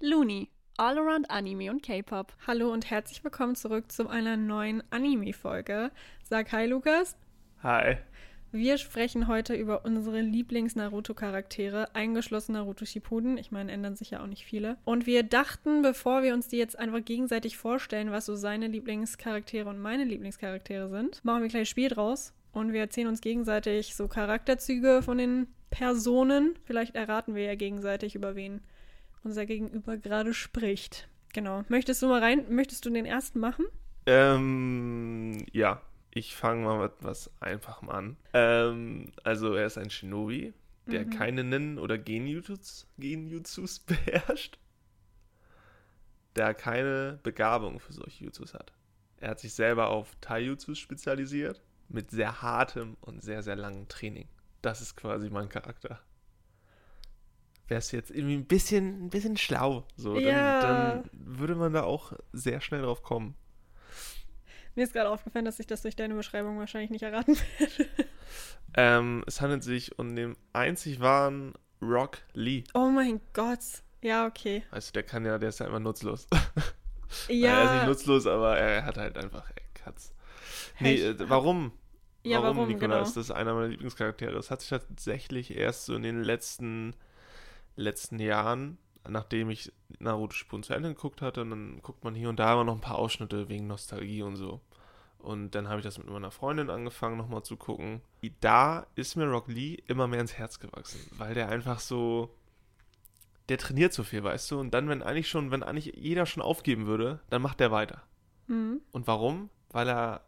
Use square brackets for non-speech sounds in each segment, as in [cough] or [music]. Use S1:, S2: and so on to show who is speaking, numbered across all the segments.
S1: Looney, All Around Anime und K-Pop.
S2: Hallo und herzlich willkommen zurück zu einer neuen Anime-Folge. Sag Hi, Lukas.
S3: Hi.
S2: Wir sprechen heute über unsere Lieblings-Naruto-Charaktere, eingeschlossen Naruto Shippuden. Ich meine, ändern sich ja auch nicht viele. Und wir dachten, bevor wir uns die jetzt einfach gegenseitig vorstellen, was so seine Lieblingscharaktere und meine Lieblingscharaktere sind, machen wir ein kleines Spiel draus. Und wir erzählen uns gegenseitig so Charakterzüge von den Personen. Vielleicht erraten wir ja gegenseitig, über wen unser Gegenüber gerade spricht. Genau. Möchtest du mal rein? Möchtest du den ersten machen?
S3: Ähm, ja, ich fange mal mit was Einfachem an. Ähm, also er ist ein Shinobi, der keine Nin- oder Genjutsus, Genjutsus [laughs] beherrscht, der keine Begabung für solche Jutsus hat. Er hat sich selber auf Taijutsus spezialisiert, mit sehr hartem und sehr, sehr langem Training. Das ist quasi mein Charakter. Wär's jetzt irgendwie ein bisschen, ein bisschen schlau, so, dann,
S2: Ja.
S3: dann würde man da auch sehr schnell drauf kommen.
S2: Mir ist gerade aufgefallen, dass ich das durch deine Beschreibung wahrscheinlich nicht erraten werde.
S3: Ähm, es handelt sich um den einzig wahren Rock Lee.
S2: Oh mein Gott. Ja, okay.
S3: Also der kann ja, der ist ja immer nutzlos. [laughs]
S2: Ja.
S3: Er ist nicht nutzlos, aber er hat halt einfach ey, Katz.
S2: Hey,
S3: Nee,
S2: ich-
S3: äh, warum?
S2: Ja, warum,
S3: Nikolaus?
S2: genau.
S3: Das ist einer meiner Lieblingscharaktere. Das hat sich tatsächlich erst so in den letzten, letzten Jahren, nachdem ich Naruto Shippuden zu Ende geguckt hatte, und dann guckt man hier und da immer noch ein paar Ausschnitte wegen Nostalgie und so. Und dann habe ich das mit meiner Freundin angefangen, nochmal zu gucken. Da ist mir Rock Lee immer mehr ins Herz gewachsen, weil der einfach so. Der trainiert so viel, weißt du? Und dann, wenn eigentlich schon, wenn eigentlich jeder schon aufgeben würde, dann macht der weiter.
S2: Mhm.
S3: Und warum? Weil er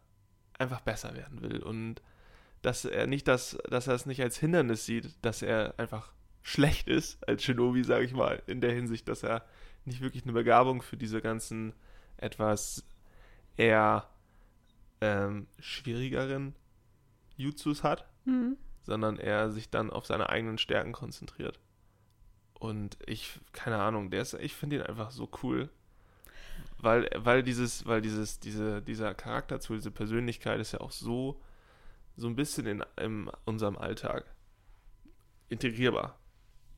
S3: einfach besser werden will und dass er nicht das, dass er es nicht als Hindernis sieht, dass er einfach schlecht ist als Shinobi, sage ich mal, in der Hinsicht, dass er nicht wirklich eine Begabung für diese ganzen etwas eher ähm, schwierigeren Jutsus hat
S2: Mhm.
S3: sondern er sich dann auf seine eigenen Stärken konzentriert. Und ich, keine Ahnung, der ist, ich finde ihn einfach so cool. Weil, weil dieses, weil dieses, diese, dieser Charakter zu, diese Persönlichkeit ist ja auch so, so ein bisschen in, in unserem Alltag integrierbar.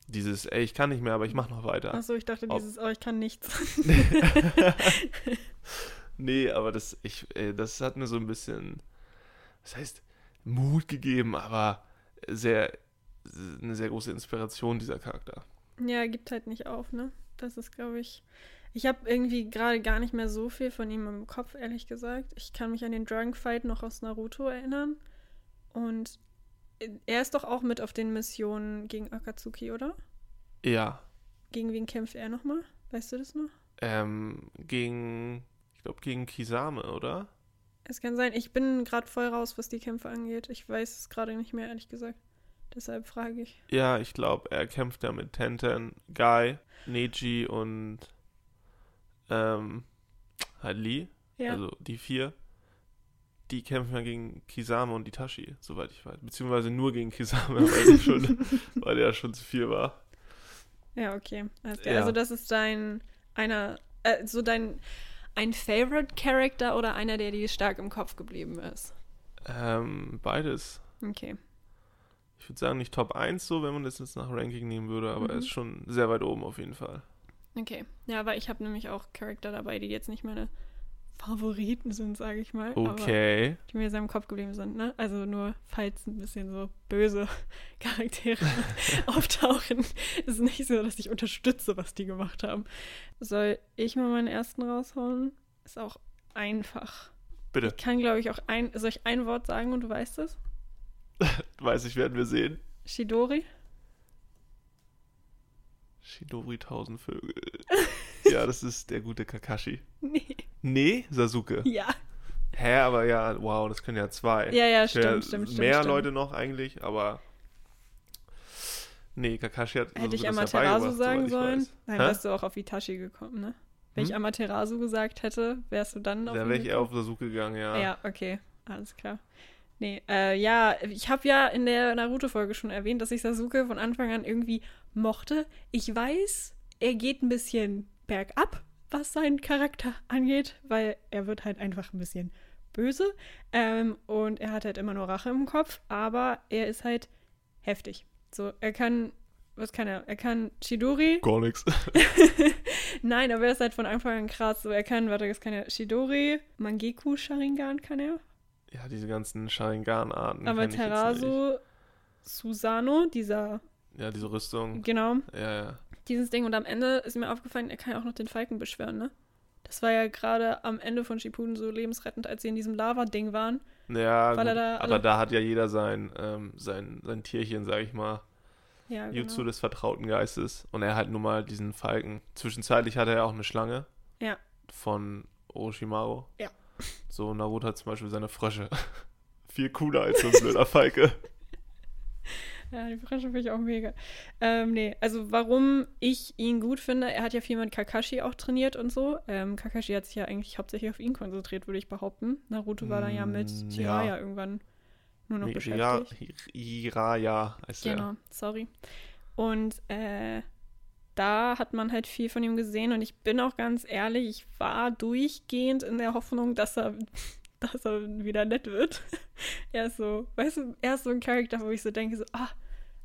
S3: Dieses, ey, ich kann nicht mehr, aber ich mache noch weiter.
S2: Achso, ich dachte,
S3: Ob-
S2: dieses, oh, ich kann nichts. [laughs]
S3: [laughs] nee, aber das, ich, äh, das hat mir so ein bisschen, das heißt, Mut gegeben, aber sehr, eine sehr große Inspiration, dieser Charakter.
S2: ja, gibt halt nicht auf, ne? Das ist, glaube ich. Ich habe irgendwie gerade gar nicht mehr so viel von ihm im Kopf, ehrlich gesagt. Ich kann mich an den Dragon Fight noch aus Naruto erinnern. Und äh, er ist doch auch mit auf den Missionen gegen Akatsuki, oder?
S3: Ja,
S2: Gegen wen kämpft er nochmal? Weißt du das noch?
S3: ähm, gegen, ich glaube, gegen Kisame, oder?
S2: Es kann sein. Ich bin gerade voll raus, was die Kämpfe angeht. Ich weiß es gerade nicht mehr, ehrlich gesagt. Deshalb frage ich.
S3: Ja, ich glaube, er kämpft ja mit Tenten, Guy, Neji und ähm, halt Lee,
S2: Ja.
S3: also die vier. Die kämpfen ja gegen Kisame und Itachi, soweit ich weiß. Beziehungsweise nur gegen Kisame, [laughs] weil, er schon,
S2: [laughs]
S3: weil er schon zu viel war.
S2: Ja, okay. Alles klar.
S3: Ja.
S2: Also das ist dein einer, äh, so dein ein Favorite Character oder einer, der dir stark im Kopf geblieben ist.
S3: Ähm, beides.
S2: Okay.
S3: Ich würde sagen, nicht Top 1 so, wenn man das jetzt nach Ranking nehmen würde, aber er
S2: Mhm.
S3: ist schon sehr weit oben auf jeden Fall.
S2: Okay. Ja, aber ich habe nämlich auch Charakter dabei, die jetzt nicht meine Favoriten sind, sage ich mal. Aber
S3: Okay.
S2: die mir sehr im Kopf geblieben sind, ne? Also nur, falls ein bisschen so böse [laughs]
S3: [laughs]
S2: Charaktere auftauchen, ist nicht so, dass ich unterstütze, was die gemacht haben. Soll ich mal meinen ersten raushauen? Ist auch einfach.
S3: Bitte.
S2: kann, glaube ich, auch ein. Soll ich ein Wort sagen und du weißt es?
S3: Weiß ich, werden wir sehen.
S2: Shidori? [laughs]
S3: Shidori 1000 Vögel.
S2: [laughs]
S3: ja, das ist der gute Kakashi.
S2: Nee.
S3: Nee, Sasuke.
S2: Ja.
S3: Hä, aber ja, wow, das können ja zwei.
S2: Ja, ja,
S3: Das können
S2: stimmt, stimmt, stimmt.
S3: Mehr
S2: stimmt.
S3: Leute noch eigentlich, aber. Nee, Kakashi hat.
S2: Hätte ich
S3: das
S2: Amaterasu
S3: beigebracht,
S2: sagen
S3: soweit ich
S2: sollen,
S3: weiß.
S2: dann
S3: Hä?
S2: wärst du auch auf Itachi gekommen, ne? Wenn ich
S3: Hm?
S2: Amaterasu gesagt hätte, wärst du dann auf
S3: Da
S2: ihn
S3: wäre ich eher
S2: gekommen?
S3: auf Sasuke gegangen, ja.
S2: Ja, okay. Alles klar. Nee, äh, ja, ich habe ja in der Naruto-Folge schon erwähnt, dass ich Sasuke von Anfang an irgendwie mochte. Ich weiß, er geht ein bisschen bergab, was seinen Charakter angeht, weil er wird halt einfach ein bisschen böse. Ähm, und er hat halt immer nur Rache im Kopf, aber er ist halt heftig. So, er kann was kann er? Er kann Chidori.
S3: Gar nichts.
S2: Nein, aber er ist halt von Anfang an krass. So, er kann, warte, das kann er Chidori, Mangeku Sharingan kann er.
S3: Ja, diese ganzen Sharingan-Arten.
S2: aber
S3: kenn ich jetzt noch nicht.
S2: Terasu, Susano, dieser,
S3: Ja, diese Rüstung.
S2: genau,
S3: Ja, ja.
S2: dieses Ding. Und am Ende ist mir aufgefallen, er kann ja auch noch den Falken beschwören, ne? Das war ja gerade am Ende von Shippuden so lebensrettend, als sie in diesem Lava-Ding waren.
S3: Ja,
S2: Weil
S3: gut.
S2: er da also alle-
S3: aber da hat ja jeder sein, ähm, sein, sein Tierchen, sag ich mal.
S2: Ja, genau.
S3: Jutsu des vertrauten Geistes. Und er hat nun mal diesen Falken. Zwischenzeitlich hatte er auch eine Schlange.
S2: Ja.
S3: Von Orochimaru.
S2: Ja.
S3: So, Naruto hat zum Beispiel seine Frösche. Viel cooler als so ein blöder Falke.
S2: Ja, die Frage finde ich auch mega. Ähm, nee, also warum ich ihn gut finde, er hat ja viel mit Kakashi auch trainiert und so. Ähm, Kakashi hat sich ja eigentlich hauptsächlich auf ihn konzentriert, würde ich behaupten. Naruto war dann ja mit
S3: Mm,
S2: Jiraiya
S3: ja.
S2: irgendwann nur noch
S3: Ja,
S2: beschäftigt.
S3: Hiraya heißt
S2: genau,
S3: er.
S2: sorry. Und äh, da hat man halt viel von ihm gesehen und ich bin auch ganz ehrlich, ich war durchgehend in der Hoffnung, dass er, [laughs] dass er wieder nett wird. [laughs] er ist so, weißt du, er ist so ein Charakter, wo ich so denke, so, ah,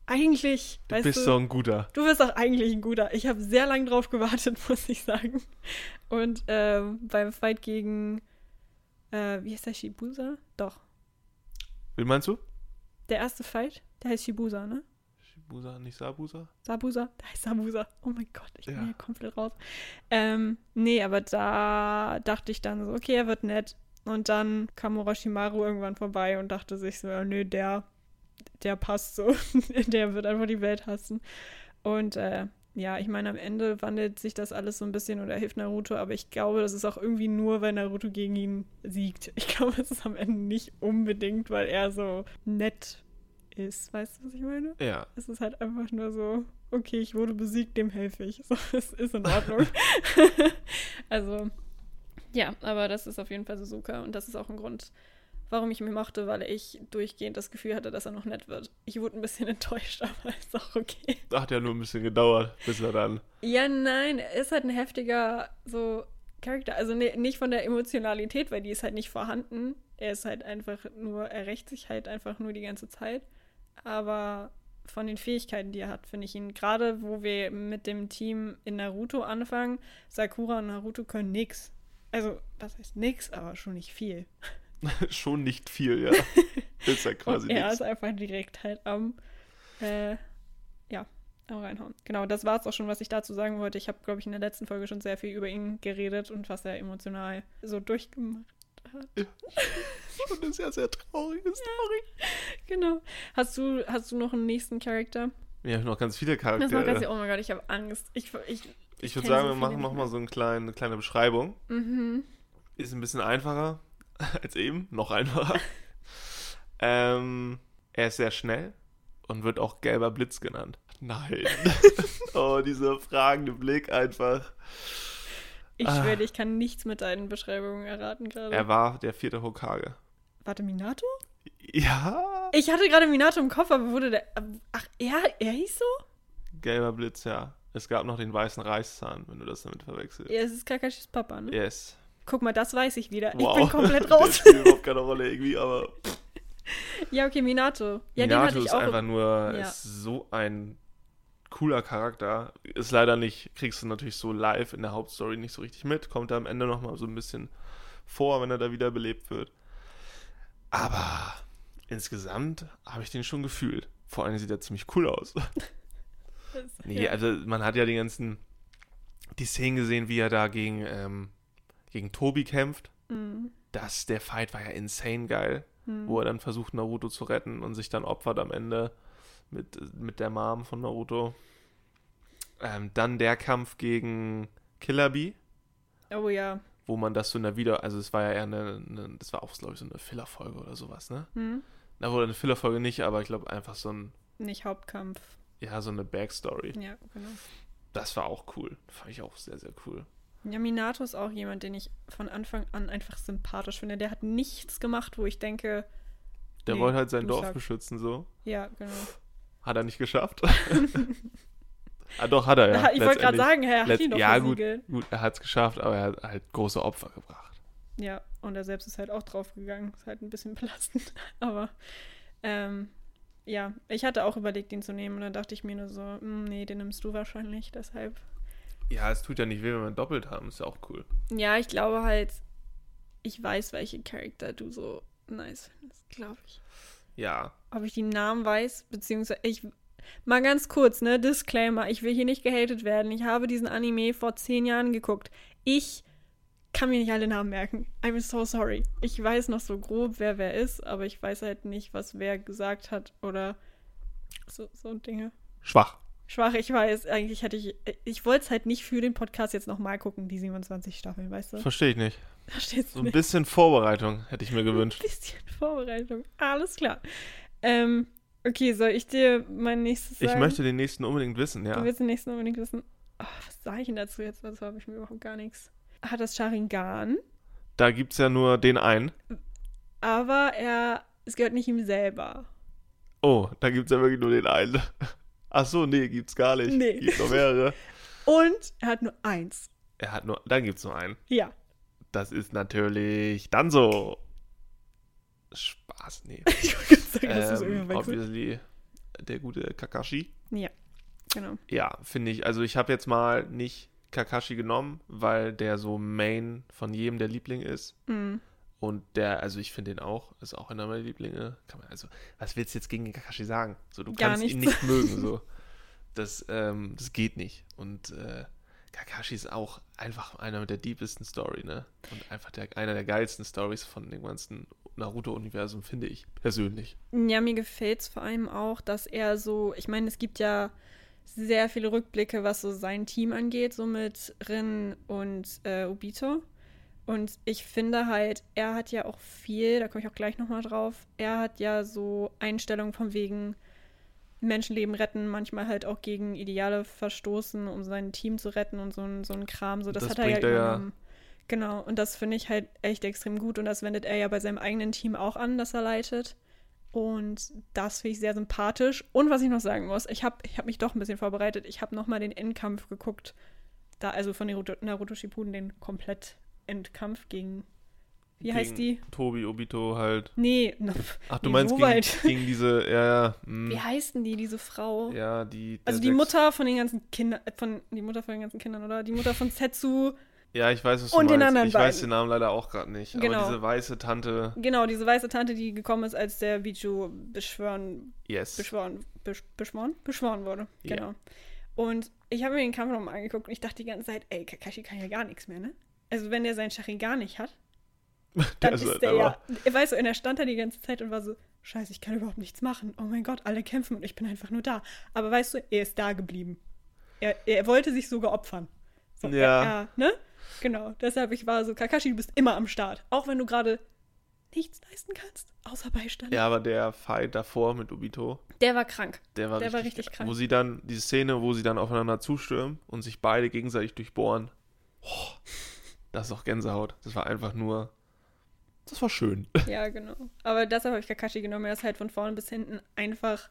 S2: eigentlich,
S3: Du
S2: weißt
S3: bist so ein guter.
S2: Du bist doch eigentlich ein guter. Ich habe sehr lange drauf gewartet, [laughs] muss ich sagen. Und ähm, beim Fight gegen, äh, wie heißt der Shibusa? Doch.
S3: Wen meinst du?
S2: Der erste Fight, der heißt Shibusa, ne?
S3: Shibusa, nicht Sabusa?
S2: Sabusa? Der heißt Sabusa. Oh mein Gott, ich bin
S3: Ja.
S2: hier komplett raus. Ähm, nee, aber da dachte ich dann so, okay, er wird nett. Und dann kam Orochimaru irgendwann vorbei und dachte sich so, ja, nö, der, der passt so. [laughs] der wird einfach die Welt hassen. Und äh, ja, ich meine, am Ende wandelt sich das alles so ein bisschen und er hilft Naruto, aber ich glaube, das ist auch irgendwie nur, weil Naruto gegen ihn siegt. [laughs] Ich glaube, es ist am Ende nicht unbedingt, weil er so nett ist. Weißt du, was ich meine?
S3: Ja.
S2: Es ist halt einfach nur so, okay, ich wurde besiegt, dem helfe ich. [laughs] So, es ist in Ordnung. also, ja, aber das ist auf jeden Fall Suzuka und das ist auch ein Grund, warum ich ihn mochte, weil ich durchgehend das Gefühl hatte, dass er noch nett wird. Ich wurde ein bisschen [laughs] enttäuscht, aber ist auch okay.
S3: Das hat ja nur ein bisschen gedauert, bis er dann.
S2: Ja, nein, er ist halt ein heftiger so Charakter. Also ne, nicht von der Emotionalität, weil die ist halt nicht vorhanden. Er ist halt einfach nur, er rächt sich halt einfach nur die ganze Zeit. Aber von den Fähigkeiten, die er hat, finde ich ihn gerade, wo wir mit dem Team in Naruto anfangen, Sakura und Naruto können nix. Also, was heißt nix, aber schon nicht viel.
S3: schon nicht viel, ja. Ist ja quasi
S2: und er
S3: nichts.
S2: ist einfach direkt halt am, äh, ja, am reinhauen. Genau, das war es auch schon, was ich dazu sagen wollte. Ich habe, glaube ich, in der letzten Folge schon sehr viel über ihn geredet und was er emotional so durchgemacht hat.
S3: Schon eine sehr, sehr traurige Story.
S2: Genau. Hast du, hast du noch einen nächsten Charakter?
S3: Ja, ich hab noch ganz viele
S2: Das war ganz,
S3: Charaktere.
S2: oh mein Gott, ich habe Angst. Ich, ich,
S3: Ich würde
S2: kenn
S3: sagen,
S2: so
S3: wir machen
S2: viele nicht
S3: nochmal so einen kleinen, eine kleine Beschreibung.
S2: mhm.
S3: Ist ein bisschen einfacher [laughs] als eben,
S2: [laughs]
S3: noch einfacher. ähm, er ist sehr schnell und wird auch gelber Blitz genannt. Nein. [laughs] oh, dieser fragende Blick einfach.
S2: Ich
S3: Ah.
S2: schwöre, ich kann nichts mit deinen Beschreibungen erraten gerade.
S3: Er war der vierte Hokage.
S2: Warte, Minato?
S3: Ja,
S2: Ich hatte gerade Minato im Kopf, aber wurde der. Ach, er, er hieß so?
S3: gelber Blitz, ja. Es gab noch den weißen Reißzahn, wenn du das damit verwechselst.
S2: Ja, es ist Kakashis Papa, ne?
S3: Yes.
S2: Guck mal, das weiß ich wieder.
S3: Wow.
S2: Ich bin komplett
S3: [laughs] Der
S2: raus.
S3: spielt überhaupt keine Rolle irgendwie, aber
S2: Ja, okay, Minato. Ja,
S3: Minato
S2: den
S3: ist
S2: hatte ich
S3: einfach
S2: auch.
S3: nur
S2: Ja.
S3: ist so ein cooler Charakter. Ist leider nicht, kriegst du natürlich so live in der Hauptstory nicht so richtig mit. Kommt da am Ende nochmal so ein bisschen vor, wenn er da wieder belebt wird. Aber insgesamt habe ich den schon gefühlt. Vor allem sieht er ziemlich cool aus.
S2: [laughs]
S3: Nee,
S2: ja.
S3: also man hat ja die ganzen, die Szenen gesehen, wie er da gegen, ähm, gegen Tobi kämpft.
S2: Mhm.
S3: Das, der Fight war ja insane geil
S2: Mhm.
S3: wo er dann versucht, Naruto zu retten und sich dann opfert am Ende mit, mit der Mom von Naruto. Ähm, dann der Kampf gegen Killer Bee,
S2: Oh ja.
S3: wo man das so in der Wieder, also es war ja eher eine, eine das war auch, glaube ich, so eine Filler-Folge oder sowas, ne?
S2: Mhm.
S3: Na, wohl eine Filler-Folge nicht, aber ich glaube einfach so ein,
S2: Nicht Hauptkampf.
S3: ja, so eine Backstory.
S2: Ja, genau.
S3: Das war auch cool. Fand ich auch sehr, sehr cool.
S2: Ja, Minato ist auch jemand, den ich von Anfang an einfach sympathisch finde. Der hat nichts gemacht, wo ich denke,
S3: Der
S2: Nee,
S3: wollte halt sein
S2: du
S3: Dorf
S2: sag.
S3: beschützen, so.
S2: ja, genau.
S3: Hat er
S2: [laughs]
S3: nicht geschafft. ah, doch, hat er, ja.
S2: ich wollte gerade
S3: letztendlich.
S2: sagen, er hat
S3: Letzt-
S2: ihn doch
S3: ja, gut,
S2: versiegelt.
S3: gut, er hat es geschafft, aber er hat halt große Opfer gebracht.
S2: Ja, [laughs] und er selbst ist halt auch draufgegangen. Ist halt ein bisschen belastend. Aber ähm, ja, ich hatte auch überlegt, ihn zu nehmen. Und dann dachte ich mir nur so, "Hm, nee, den nimmst du wahrscheinlich. Deshalb.
S3: Ja, es tut ja nicht weh, wenn wir doppelt haben. Ist ja auch cool.
S2: Ja, ich glaube halt, ich weiß, welche Charakter du so nice findest, glaube ich.
S3: Ja.
S2: Ob ich die Namen weiß, beziehungsweise ich. Mal ganz kurz, ne? Disclaimer. Ich will hier nicht gehatet werden. Ich habe diesen Anime vor zehn Jahren geguckt. Ich kann mir nicht alle Namen merken. I'm so sorry. Ich weiß noch so grob, wer wer ist, aber ich weiß halt nicht, was wer gesagt hat oder so, so Dinge.
S3: Schwach.
S2: Schwach, ich weiß. Eigentlich hätte ich. Ich wollte es halt nicht für den Podcast jetzt nochmal gucken, die 27 Staffeln, weißt du?
S3: Verstehe ich nicht.
S2: Verstehst
S3: So
S2: du
S3: ein
S2: nicht?
S3: bisschen Vorbereitung hätte ich mir
S2: Ein [laughs]
S3: gewünscht.
S2: bisschen Vorbereitung. Alles klar. Ähm, okay, soll ich dir mein nächstes sagen?
S3: Ich möchte den nächsten unbedingt wissen,
S2: Du
S3: ja.
S2: willst den nächsten unbedingt wissen. Oh, was sage ich denn dazu jetzt? Dazu habe ich mir überhaupt gar nichts. Er Hat das Sharingan,
S3: Da gibt es ja nur den einen.
S2: aber er. Es gehört nicht ihm selber.
S3: Oh, da gibt es ja wirklich nur den einen. [laughs] Ach so, nee, gibt's gar nicht.
S2: Nee.
S3: Gibt
S2: [laughs]
S3: noch mehrere.
S2: Und er hat nur eins.
S3: Er hat nur, dann gibt's nur einen.
S2: Ja. [laughs]
S3: Das ist natürlich dann so. Spaß,
S2: [laughs]
S3: nee.
S2: Ich wollte jetzt sagen, dass du es
S3: ähm,
S2: irgendwie wechselst.
S3: obviously, der gute Kakashi.
S2: Genau.
S3: Ja, finde ich. Also ich habe jetzt mal nicht Kakashi genommen, weil der so Main von jedem der Liebling ist.
S2: Mm.
S3: Und der, also ich finde den auch, ist auch einer meiner Lieblinge. Kann man, also, was willst du jetzt gegen Kakashi sagen? So, du
S2: Gar
S3: kannst ihn
S2: nichts.
S3: nicht
S2: [laughs]
S3: mögen, so. Das, ähm, das geht nicht. Und äh, Kakashi ist auch einfach einer der deepesten Story, ne? Und einfach der, einer der geilsten Stories von dem ganzen Naruto-Universum, finde ich persönlich.
S2: Ja, mir gefällt es vor allem auch, dass er so, ich meine, es gibt ja sehr viele Rückblicke, was so sein Team angeht, so mit Rin und äh, Obito. Und ich finde halt, er hat ja auch viel, da komme ich auch gleich nochmal drauf, er hat ja so Einstellungen von wegen Menschenleben retten, manchmal halt auch gegen Ideale verstoßen, um sein Team zu retten und so ein, so ein Kram. So, das,
S3: Das
S2: hat er ja
S3: bringt er ja-
S2: übernommen. Genau, und das finde ich halt echt extrem gut und das wendet er ja bei seinem eigenen Team auch an, das er leitet. Und das finde ich sehr sympathisch. Und was ich noch sagen muss, ich habe ich hab mich doch ein bisschen vorbereitet. Ich habe nochmal den Endkampf geguckt. Da, also von Naruto, Naruto Shippuden, den komplett Endkampf gegen. Wie heißt die?
S3: Gegen Tobi, Obito halt.
S2: Nee, na, pf,
S3: Ach, du
S2: Nee,
S3: meinst
S2: so
S3: gegen,
S2: weit.
S3: gegen diese, ja, ja. mm,
S2: wie heißt denn die, diese Frau?
S3: ja, die. der
S2: also die
S3: Sechs-
S2: Mutter von den ganzen Kindern, äh, von die Mutter von den ganzen Kindern, oder? Die Mutter von Setsu.
S3: Ja, ich weiß, was du
S2: Und
S3: meinst.
S2: den anderen
S3: ich weiß
S2: beiden.
S3: den Namen leider auch gerade nicht.
S2: Genau.
S3: Aber diese weiße Tante,
S2: Genau, diese weiße Tante, die gekommen ist, als der Biju beschwören
S3: yes. [laughs]
S2: beschworen, besch beschworen? Beschworen wurde.
S3: Ja.
S2: Genau. Und ich habe mir den Kampf nochmal angeguckt und ich dachte die ganze Zeit, ey, Kakashi kann ja gar nichts mehr, ne? Also wenn der sein Sharingan nicht
S3: [laughs]
S2: hat, dann
S3: Der
S2: ist,
S3: ist halt
S2: der
S3: aber-
S2: ja, weißt du, und er stand da die ganze Zeit und war so, scheiße, ich kann überhaupt nichts machen. Oh mein Gott, alle kämpfen und ich bin einfach nur da. Aber weißt du, er ist da geblieben. Er, er wollte sich sogar opfern. So,
S3: Ja.
S2: Er, er, ne? Genau. Deshalb, ich war so, Kakashi, du bist immer am Start. Auch wenn du gerade nichts leisten kannst, außer Beistand.
S3: Ja, aber der Fight davor mit Ubito,
S2: Der war krank.
S3: der war,
S2: Der
S3: richtig,
S2: war richtig krank.
S3: Wo sie dann, diese Szene, wo sie dann aufeinander zustürmen und sich beide gegenseitig durchbohren. Oh, das ist auch Gänsehaut. Das war einfach nur. Das
S2: [laughs]
S3: war schön.
S2: Ja, genau. Aber deshalb habe ich Kakashi genommen. Er ist halt von vorn bis hinten einfach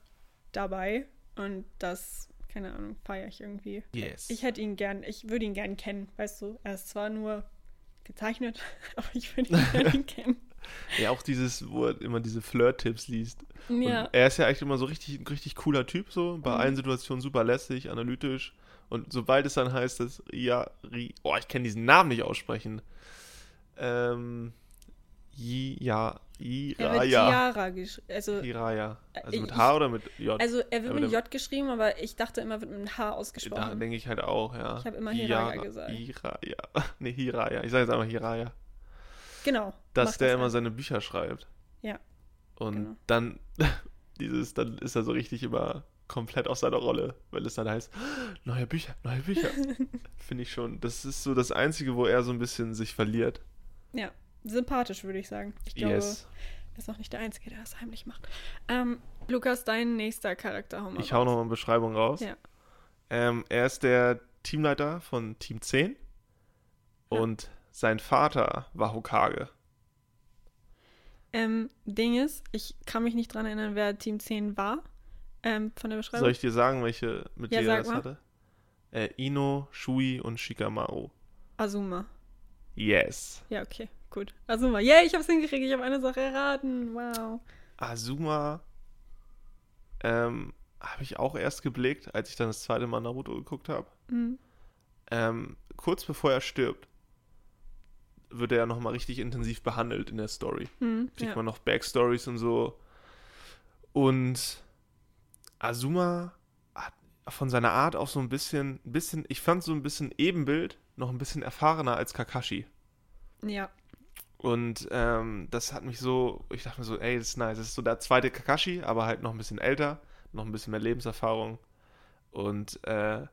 S2: dabei. Und das, keine Ahnung, feiere ich irgendwie.
S3: Yes.
S2: Ich hätte ihn gern, ich würde ihn gern kennen, weißt du. Er ist zwar nur gezeichnet, [laughs] aber ich würde ihn gerne
S3: [laughs]
S2: kennen.
S3: ja, auch dieses, wo er immer diese Flirt-Tipps liest. Und
S2: Ja.
S3: Er ist ja echt immer so richtig, ein richtig cooler Typ, so bei
S2: Mhm.
S3: allen Situationen super lässig, analytisch. Und sobald es dann heißt, dass Ria, Ri, oh, ich kann diesen Namen nicht aussprechen. Ähm, Ji, ja,
S2: Er wird
S3: Iraya.
S2: Tiara geschrieben. Also,
S3: Iraya. Also mit
S2: Ich-
S3: H oder mit J?
S2: also er wird
S3: Aber
S2: mit
S3: der-
S2: J geschrieben, aber ich dachte immer, wird mit einem H
S3: da
S2: ausgesprochen.
S3: denke ich halt auch, ja.
S2: Ich hab immer
S3: Hira-
S2: Hiraya gesagt.
S3: Hiraya. [laughs] Nee, Hiraya. Ich sage jetzt einfach Hiraya.
S2: Genau.
S3: dass
S2: macht
S3: der
S2: das
S3: immer
S2: halt.
S3: seine Bücher schreibt.
S2: Ja,
S3: Und
S2: genau.
S3: dann [laughs] dieses, dann ist er so richtig immer komplett aus seiner Rolle, weil es dann heißt, "Ah, neue Bücher, neue
S2: [laughs]
S3: Bücher. Finde ich schon. Das ist so das Einzige, wo er so ein bisschen sich verliert.
S2: Ja, sympathisch würde ich sagen. Ich glaube,
S3: yes.
S2: er ist auch nicht der Einzige, der das heimlich macht. Ähm, Lukas, dein nächster Charakter, hau mal
S3: Ich hau
S2: raus.
S3: nochmal eine Beschreibung raus.
S2: Ja.
S3: Ähm, er ist der Teamleiter von Team 10
S2: Ja.
S3: und sein Vater war Hokage.
S2: Ähm, Ding ist, ich kann mich nicht dran erinnern, wer Team 10 war. Ähm, von der Beschreibung.
S3: Soll ich dir sagen, welche mit
S2: Ja,
S3: dir
S2: sag
S3: das
S2: mal.
S3: hatte? Äh, Ino, Shui und Shikamaru.
S2: Azuma.
S3: Yes.
S2: Ja, okay, gut. Azuma. Yay, ich hab's hingekriegt, ich habe eine Sache erraten. Wow.
S3: Azuma Ähm, habe ich auch erst geblickt, als ich dann das zweite Mal Naruto geguckt habe.
S2: Mhm.
S3: Ähm, kurz bevor er stirbt, wird er ja nochmal richtig intensiv behandelt in der Story.
S2: Mhm.
S3: Kriegt
S2: Ja.
S3: man noch Backstories und so. Und Azuma hat von seiner Art auch so ein bisschen, ein bisschen, ich fand so ein bisschen Ebenbild, noch ein bisschen erfahrener als Kakashi.
S2: ja.
S3: Und ähm, das hat mich so, ich dachte mir so, ey, das ist nice. Das ist so der zweite Kakashi, aber halt noch ein bisschen älter, noch ein bisschen mehr Lebenserfahrung. Und äh,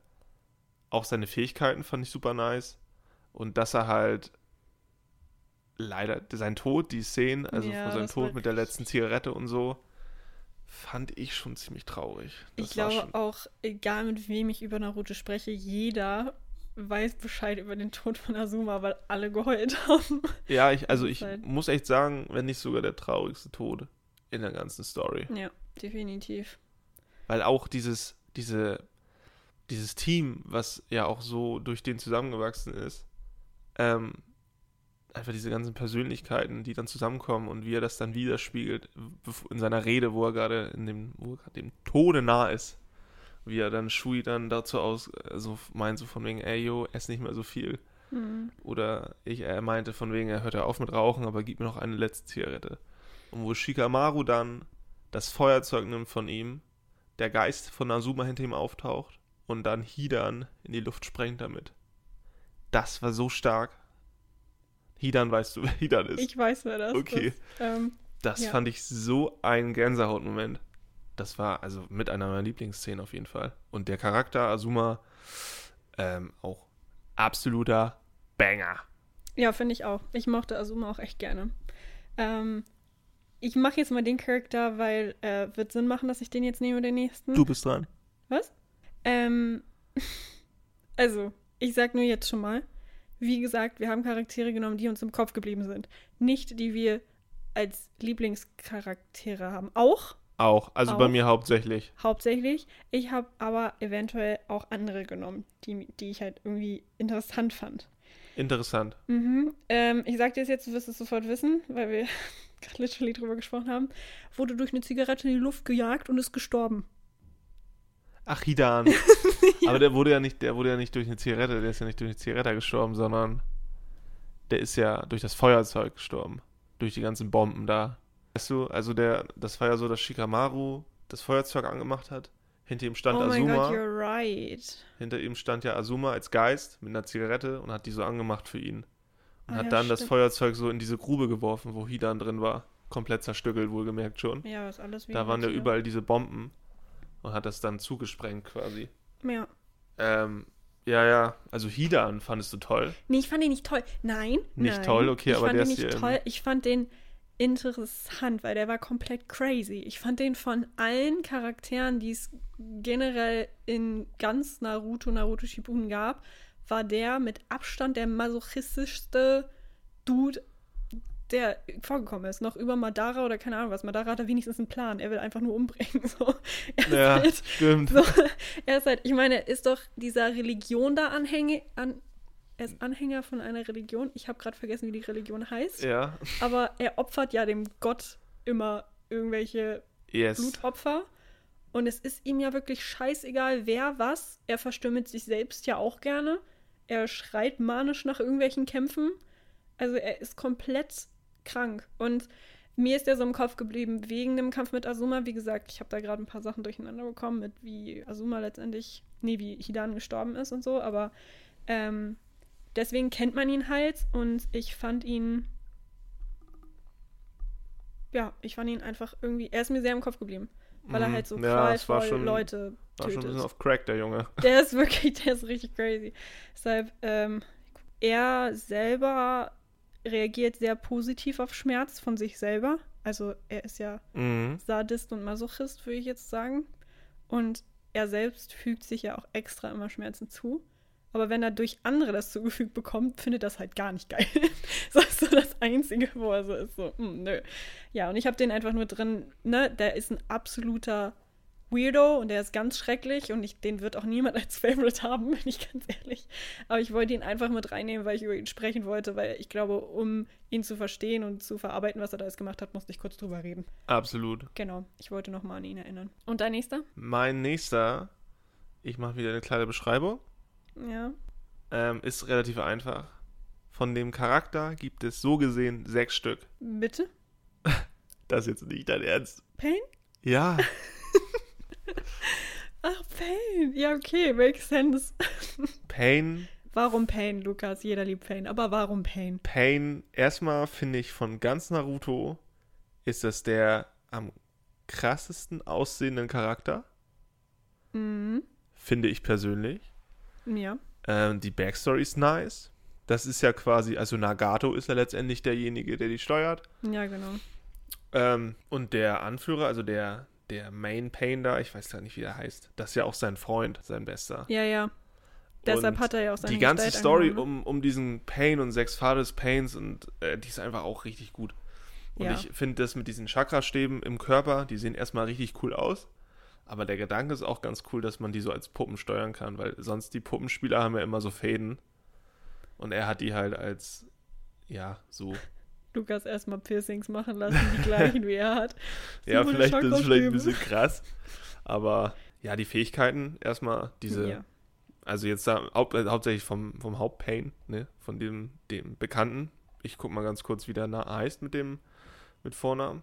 S3: auch seine Fähigkeiten fand ich super nice. Und dass er halt leider sein Tod, die Szenen, also
S2: Ja,
S3: von seinem
S2: das war
S3: Tod mit der letzten Zigarette und so, fand ich schon ziemlich traurig. Das
S2: Ich glaube
S3: war schon,
S2: auch, egal mit wem ich über Naruto spreche, jeder weiß Bescheid über den Tod von Azuma, weil alle geheult [laughs] haben.
S3: ja, ich, also ich
S2: Zeit.
S3: muss echt sagen, wenn nicht sogar der traurigste Tod in der ganzen Story.
S2: Ja, definitiv.
S3: Weil auch dieses, diese, dieses Team, was ja auch so durch den zusammengewachsen ist, ähm, einfach diese ganzen Persönlichkeiten, die dann zusammenkommen und wie er das dann widerspiegelt bef- in seiner Rede, wo er gerade in dem, wo er gerade dem Tode nahe ist. Wie er dann Shui dann dazu aus, äh, so meint, so von wegen, ey yo, ess nicht mehr so viel.
S2: Mhm.
S3: Oder ich, er meinte von wegen, er hört ja auf mit Rauchen, aber gib mir noch eine letzte Zigarette. Und wo Shikamaru dann das Feuerzeug nimmt von ihm, der Geist von Azuma hinter ihm auftaucht und dann Hidan in die Luft sprengt damit. Das war so stark. Hidan weißt du, wer Hidan ist.
S2: Ich weiß, wer das
S3: Okay.
S2: ist. Ähm,
S3: das
S2: ja.
S3: fand ich so ein Gänsehautmoment. Das war also mit einer meiner Lieblingsszenen auf jeden Fall. Und der Charakter Azuma ähm, auch absoluter Banger.
S2: ja, finde ich auch. Ich mochte Azuma auch echt gerne. Ähm, ich mache jetzt mal den Charakter, weil äh, wird Sinn machen, dass ich den jetzt nehme, den nächsten.
S3: Du bist dran.
S2: Ähm, [laughs] also, ich sag nur jetzt schon mal, wie gesagt, wir haben Charaktere genommen, die uns im Kopf geblieben sind. Nicht die wir als Lieblingscharaktere haben. Auch
S3: Auch, also bei
S2: Auch.
S3: mir hauptsächlich.
S2: hauptsächlich. Ich habe aber eventuell auch andere genommen, die, die ich halt irgendwie interessant fand.
S3: Interessant.
S2: Mhm. Ähm, ich sag dir es jetzt, du wirst es sofort wissen, weil wir [laughs] gerade literally drüber gesprochen haben. Wurde durch eine Zigarette in die Luft gejagt und ist gestorben.
S3: Ach,
S2: [laughs]
S3: Hidan. Aber der wurde ja nicht, der wurde ja nicht durch eine Zigarette, der ist ja nicht durch eine Zigarette gestorben, sondern der ist ja durch das Feuerzeug gestorben. Durch die ganzen Bomben da. Weißt du, also der, das war ja so, dass Shikamaru das Feuerzeug angemacht hat. Hinter ihm stand
S2: oh mein
S3: Azuma.
S2: Gott, you're right.
S3: Hinter ihm stand ja Azuma als Geist mit einer Zigarette und hat die so angemacht für ihn.
S2: Ah
S3: Und hat
S2: ja,
S3: dann das
S2: stimmt.
S3: Feuerzeug so in diese Grube geworfen, wo Hidan drin war. Komplett zerstückelt, wohlgemerkt schon.
S2: Ja, ist alles wie
S3: Da waren ja
S2: Tier.
S3: überall diese Bomben und hat das dann zugesprengt quasi.
S2: Ja.
S3: Ähm, ja, ja, also Hidan fandest
S2: [laughs]
S3: du toll.
S2: Nee, ich fand den nicht toll. Nein.
S3: Nicht
S2: nein.
S3: toll? Okay,
S2: ich
S3: aber
S2: fand
S3: der
S2: den
S3: ist
S2: nicht
S3: hier im-
S2: toll. Ich fand den interessant, weil der war komplett crazy. Ich fand den von allen Charakteren, die es generell in ganz Naruto, Naruto Shippuden gab, war der mit Abstand der masochistischste Dude, der vorgekommen ist. Noch über Madara oder keine Ahnung was. Madara hat da wenigstens einen Plan. Er will einfach nur umbringen. [laughs] So. Er ist
S3: Ja,
S2: halt
S3: stimmt.
S2: so, [laughs] er ist halt, ich meine, er ist doch dieser Religion da Anhänge, an, er ist Anhänger von einer Religion. Ich habe gerade vergessen, wie die Religion heißt.
S3: Ja,
S2: Aber er opfert ja dem Gott immer irgendwelche
S3: yes.
S2: Blutopfer. Und es ist ihm ja wirklich scheißegal, wer was. Er verstümmelt sich selbst ja auch gerne. Er schreit manisch nach irgendwelchen Kämpfen. Also er ist komplett krank. Und mir ist er so im Kopf geblieben wegen dem Kampf mit Azuma. Wie gesagt, ich habe da gerade ein paar Sachen durcheinander bekommen, mit wie Azuma letztendlich, nee, wie Hidan gestorben ist und so. Aber ähm, deswegen kennt man ihn halt. Und ich fand ihn. Ja, ich fand ihn einfach irgendwie. Er ist mir sehr im Kopf geblieben. Weil er
S3: Mhm.
S2: halt so
S3: Ja, es war
S2: qualvoll
S3: schon-
S2: Leute
S3: War schon ein bisschen
S2: tötet.
S3: auf Crack, der Junge.
S2: Der ist wirklich, [laughs] der ist richtig crazy. Deshalb, ähm, er selber reagiert sehr positiv auf Schmerz von sich selber. Also er ist ja
S3: Mhm.
S2: Sadist und Masochist, würde ich jetzt sagen. Und er selbst fügt sich ja auch extra immer Schmerzen zu. Aber wenn er durch andere das zugefügt bekommt, findet das halt gar nicht geil. [laughs] das ist so das Einzige, wo er so ist, so, hm, nö. Ja, und ich habe den einfach nur drin, ne, der ist ein absoluter Weirdo und der ist ganz schrecklich und ich, den wird auch niemand als Favorite haben, [laughs] bin ich ganz ehrlich. Aber ich wollte ihn einfach mit reinnehmen, weil ich über ihn sprechen wollte, weil ich glaube, um ihn zu verstehen und zu verarbeiten, was er da alles gemacht hat, musste ich kurz drüber reden.
S3: Absolut.
S2: Genau, ich wollte nochmal an ihn erinnern. Und dein nächster?
S3: Mein nächster, ich mache wieder eine kleine Beschreibung,
S2: Ja.
S3: ähm, ist relativ einfach. Von dem Charakter gibt es so gesehen sechs Stück.
S2: Bitte?
S3: Das ist jetzt nicht dein Ernst.
S2: Pain?
S3: Ja,
S2: Ach, Pain. Ja, okay, makes sense. [laughs]
S3: Pain,
S2: Warum Pain, Lukas? Jeder liebt Pain, aber warum Pain?
S3: Pain, erstmal finde ich von ganz Naruto ist das der am krassesten aussehenden Charakter,
S2: Mhm.
S3: finde ich persönlich.
S2: Ja.
S3: Ähm, die Backstory ist nice. Das ist ja quasi, also Nagato ist ja letztendlich derjenige, der die steuert.
S2: Ja, genau.
S3: Ähm, und der Anführer, also der, der Main Pain da, ich weiß gar nicht, wie er heißt, das ist ja auch sein Freund, sein Bester.
S2: Ja, ja. Deshalb
S3: Und
S2: hat er ja auch seine
S3: die ganze
S2: Gestalt ne?
S3: Story
S2: angenommen,
S3: um, um diesen Pain und sechs Pfade des Pains und äh, die ist einfach auch richtig gut. Und
S2: Ja.
S3: ich finde das mit diesen Chakrastäben im Körper, die sehen erstmal richtig cool aus. Aber der Gedanke ist auch ganz cool, dass man die so als Puppen steuern kann, weil sonst die Puppenspieler haben ja immer so Fäden. Und er hat die halt als, ja,
S2: [laughs]
S3: so.
S2: ne? Lukas erstmal Piercings machen lassen, die gleichen wie er hat.
S3: ja,
S2: Simple
S3: vielleicht das ist vielleicht
S2: Chakrastäbe.
S3: ein bisschen krass. Aber ja, die Fähigkeiten erstmal, [laughs] diese
S2: Ja.
S3: Also jetzt da, hau äh, hauptsächlich vom, vom Hauptpain, ne? Von dem, dem Bekannten. Ich guck mal ganz kurz, wie der na heißt mit dem mit Vornamen.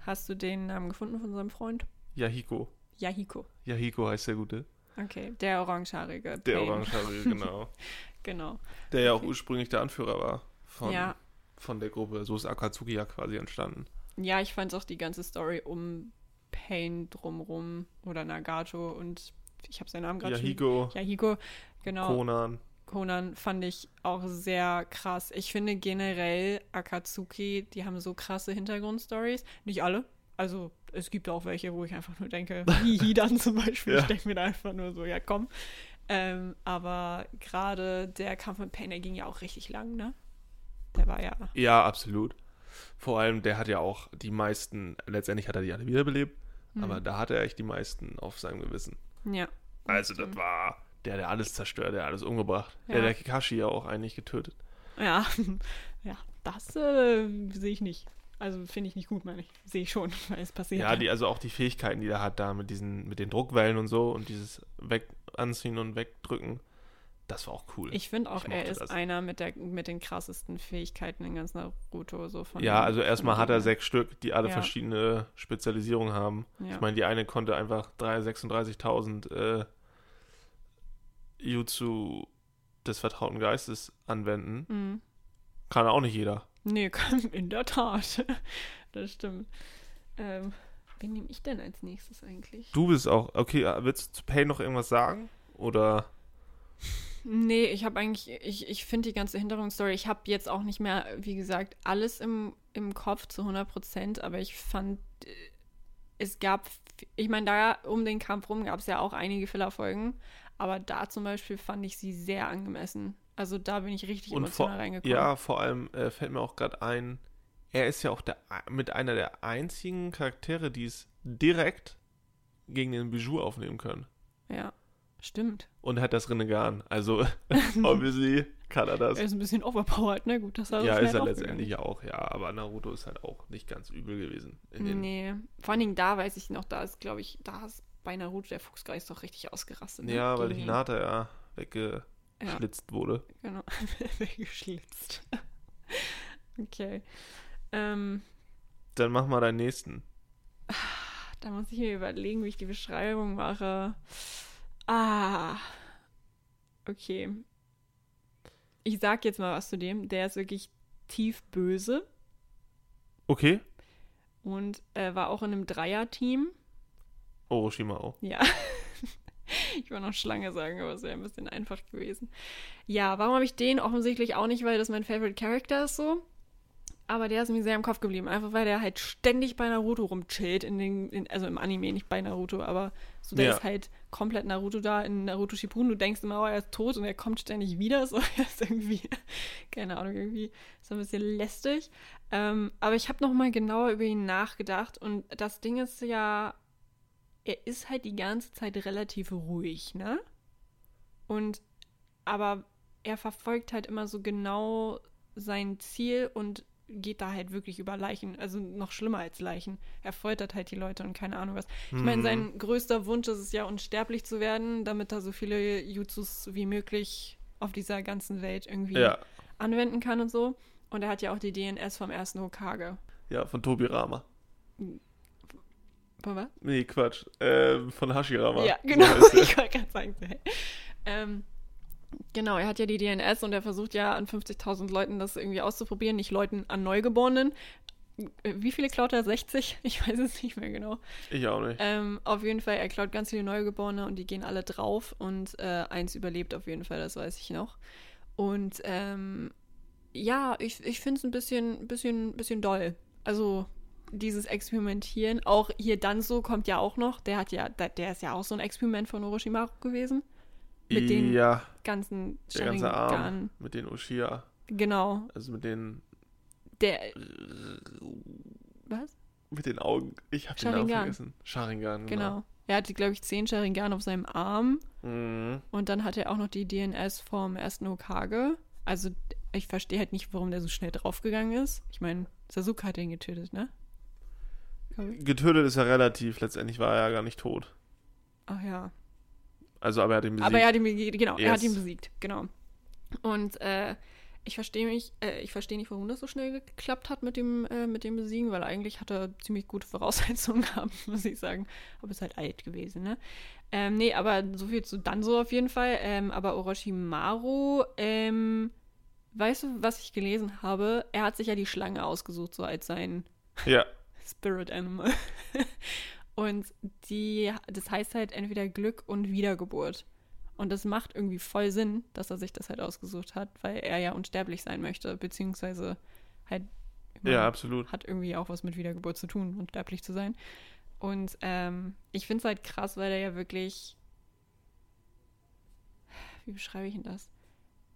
S2: Hast du den Namen gefunden von seinem Freund?
S3: Yahiko.
S2: Yahiko.
S3: Yahiko heißt der Gute.
S2: Okay, der orangehaarige.
S3: Der
S2: Pain. [laughs]
S3: Orangehaarige, genau.
S2: Genau.
S3: Der ja auch ursprünglich der Anführer war von,
S2: Ja.
S3: von der Gruppe. So ist Akatsuki ja quasi entstanden.
S2: Ja, ich fand auch die ganze Story um Pain drumrum oder Nagato und ich habe seinen Namen gerade schon.
S3: Yahiko,
S2: Yahiko. Genau.
S3: Konan.
S2: Conan fand ich auch sehr krass. Ich finde generell Akatsuki, die haben so krasse Hintergrundstories. Nicht alle. Also es gibt auch welche, wo ich einfach nur denke, wie Hidan zum Beispiel.
S3: Ja.
S2: Ich denke mir da einfach nur so, ja komm. Ähm, aber gerade der Kampf mit Pain, der ging ja auch richtig lang, ne? Der war ja.
S3: Ja, absolut. Vor allem, der hat ja auch die meisten, letztendlich hat er die alle wiederbelebt,
S2: Mhm.
S3: aber da hat er echt die meisten auf seinem Gewissen.
S2: Ja.
S3: Also das war der, der alles zerstört, der alles umgebracht.
S2: Ja.
S3: Der, der Kakashi ja auch eigentlich getötet.
S2: Ja. [laughs] ja, das äh, sehe ich nicht. Also finde ich nicht gut, meine ich. Sehe ich schon, [laughs] weil es passiert. halt.
S3: Ja, die, also auch die Fähigkeiten, die er hat da mit diesen, mit den Druckwellen und so und dieses Weg anziehen und wegdrücken, das war auch cool.
S2: Ich finde auch,
S3: Ich
S2: er
S3: mochte
S2: ist
S3: das.
S2: einer mit, der, mit den krassesten Fähigkeiten in ganz Naruto. So von
S3: ja, also erstmal
S2: von
S3: hat er
S2: dem-
S3: sechs Stück, die alle
S2: Ja.
S3: verschiedene Spezialisierungen haben.
S2: Ja.
S3: Ich meine, die eine konnte einfach 3 36.000 äh, Jutsu des vertrauten Geistes anwenden.
S2: Mhm.
S3: Kann auch nicht jeder.
S2: Nee, [laughs] in der Tat. [laughs] Das stimmt. Ähm, wen nehme ich denn als nächstes eigentlich?
S3: Du bist auch, okay, willst du zu Pay noch irgendwas sagen? Oder
S2: Nee, ich habe eigentlich, ich, ich finde die ganze Hintergrundstory, ich habe jetzt auch nicht mehr, wie gesagt, alles im, im Kopf zu 100 Prozent, aber ich fand, äh, es gab, f- ich meine, da um den Kampf rum gab es ja auch einige Fehlerfolgen, aber da zum Beispiel fand ich sie sehr angemessen. Also da bin ich richtig
S3: Und vor,
S2: emotional reingekommen.
S3: ja, vor allem äh, fällt mir auch gerade ein, er ist ja auch der, mit einer der einzigen Charaktere, die es direkt gegen den Bijou aufnehmen können.
S2: Ja, stimmt.
S3: Und hat das Rinnegan.
S2: [laughs]
S3: Also, obviously kann er das.
S2: Er ist ein bisschen overpowered, ne? Gut, das hat
S3: Also ja, ist er
S2: auch
S3: letztendlich ja auch, ja. Aber Naruto ist halt auch nicht ganz übel gewesen. In den,
S2: Nee, vor allen Dingen da weiß ich noch, da ist, glaube ich, da ist bei Naruto der Fuchsgeist doch richtig ausgerastet. ne?
S3: Ja, weil
S2: Gegen ihn.
S3: Hinata ja
S2: Ja.
S3: weggeschlitzt wurde.
S2: Genau. [laughs] Geschlitzt. [laughs] okay. Ähm,
S3: Dann mach mal deinen nächsten.
S2: da muss ich mir überlegen, wie ich die Beschreibung mache. Ah. Okay. Ich sag jetzt mal was zu dem. Der ist wirklich tief böse
S3: Okay.
S2: und äh, war auch in einem Dreier-Team.
S3: Orochimaru.
S2: Ja. [laughs] Ich wollte noch Schlange sagen, aber es wäre ein bisschen einfach gewesen. Ja, warum habe ich den? Offensichtlich auch nicht, weil das mein Favorite Character ist so. Aber der ist mir sehr im Kopf geblieben. Einfach weil der halt ständig bei Naruto rumchillt. In den, in, also im Anime, nicht bei Naruto, aber so der
S3: Ja.
S2: ist halt komplett Naruto da in Naruto Shippuden. Du denkst immer, oh, er ist tot und er kommt ständig wieder. So, [laughs] er ist irgendwie, keine Ahnung, irgendwie so ein bisschen lästig. Ähm, aber ich habe nochmal genauer über ihn nachgedacht. Und das Ding ist ja, er ist halt die ganze Zeit relativ ruhig, ne? Und aber er verfolgt halt immer so genau sein Ziel und geht da halt wirklich über Leichen, also noch schlimmer als Leichen. Er foltert halt die Leute und keine Ahnung was. Ich meine,
S3: Mhm.
S2: sein größter Wunsch ist es ja, unsterblich zu werden, damit er so viele Jutsus wie möglich auf dieser ganzen Welt irgendwie
S3: Ja,
S2: anwenden kann und so. Und er hat ja auch die DNS vom ersten Hokage.
S3: ja, von Tobi Rama.
S2: Von was?
S3: Nee, Quatsch. Ähm, von Hashirama.
S2: Ja, genau.
S3: [laughs] So heißt
S2: [laughs]
S3: er.
S2: ich wollte gerade sagen, so, hä? ähm, genau, er hat ja die DNS und er versucht ja an 50.000 Leuten das irgendwie auszuprobieren, nicht Leuten an Neugeborenen. Äh, Wie viele klaut er? 60? Ich weiß es nicht mehr genau.
S3: ich auch nicht.
S2: Ähm, auf jeden Fall, er klaut ganz viele Neugeborene und die gehen alle drauf und äh, eins überlebt auf jeden Fall, das weiß ich noch. Und ähm, ja, ich, ich finde es ein bisschen, bisschen, bisschen doll. Also dieses Experimentieren, auch hier Danzo kommt ja auch noch, der hat ja, der, der ist ja auch so ein Experiment von Orochimaru gewesen. mit den
S3: ja,
S2: Ganzen
S3: der ganze Arm.
S2: Sharingan.
S3: Mit den Ushia.
S2: Genau.
S3: Also mit den.
S2: Der.
S3: Äh,
S2: Was?
S3: Mit den Augen. Ich habe den Namen
S2: Sharingan.
S3: vergessen. Sharingan.
S2: Genau. Er hatte, glaube ich, zehn Sharingan auf seinem Arm.
S3: genau. Mhm.
S2: Und dann hat er auch noch die DNS vom ersten Hokage. Also ich verstehe halt nicht, warum der so schnell draufgegangen ist. Ich meine, Sasuke hat ihn getötet, ne? Komm.
S3: Getötet ist er relativ. Letztendlich war er ja gar nicht tot.
S2: Ach ja.
S3: Also, aber er hat ihn besiegt.
S2: Aber er hat ihn besiegt, genau, er hat
S3: Yes.
S2: ihn besiegt, genau. Und äh, ich verstehe mich, äh, ich verstehe nicht, warum das so schnell geklappt hat mit dem, äh, mit dem Besiegen, weil eigentlich hat er ziemlich gute Voraussetzungen [laughs] gehabt, muss ich sagen. Aber ist halt alt gewesen, ne? Ähm, nee, aber so viel zu Danzo auf jeden Fall. Ähm, aber Orochimaru, ähm, weißt du, was ich gelesen habe? Er hat sich ja die Schlange ausgesucht, so als sein
S3: ja.
S2: Spirit Animal. [laughs] und die, das heißt halt entweder Glück und Wiedergeburt. Und das macht irgendwie voll Sinn, dass er sich das halt ausgesucht hat, weil er ja unsterblich sein möchte, beziehungsweise halt ich meine,
S3: ja, absolut.
S2: hat irgendwie auch was mit Wiedergeburt zu tun, unsterblich zu sein. Und ähm, ich finde es halt krass, weil er ja wirklich. Wie beschreibe ich denn das?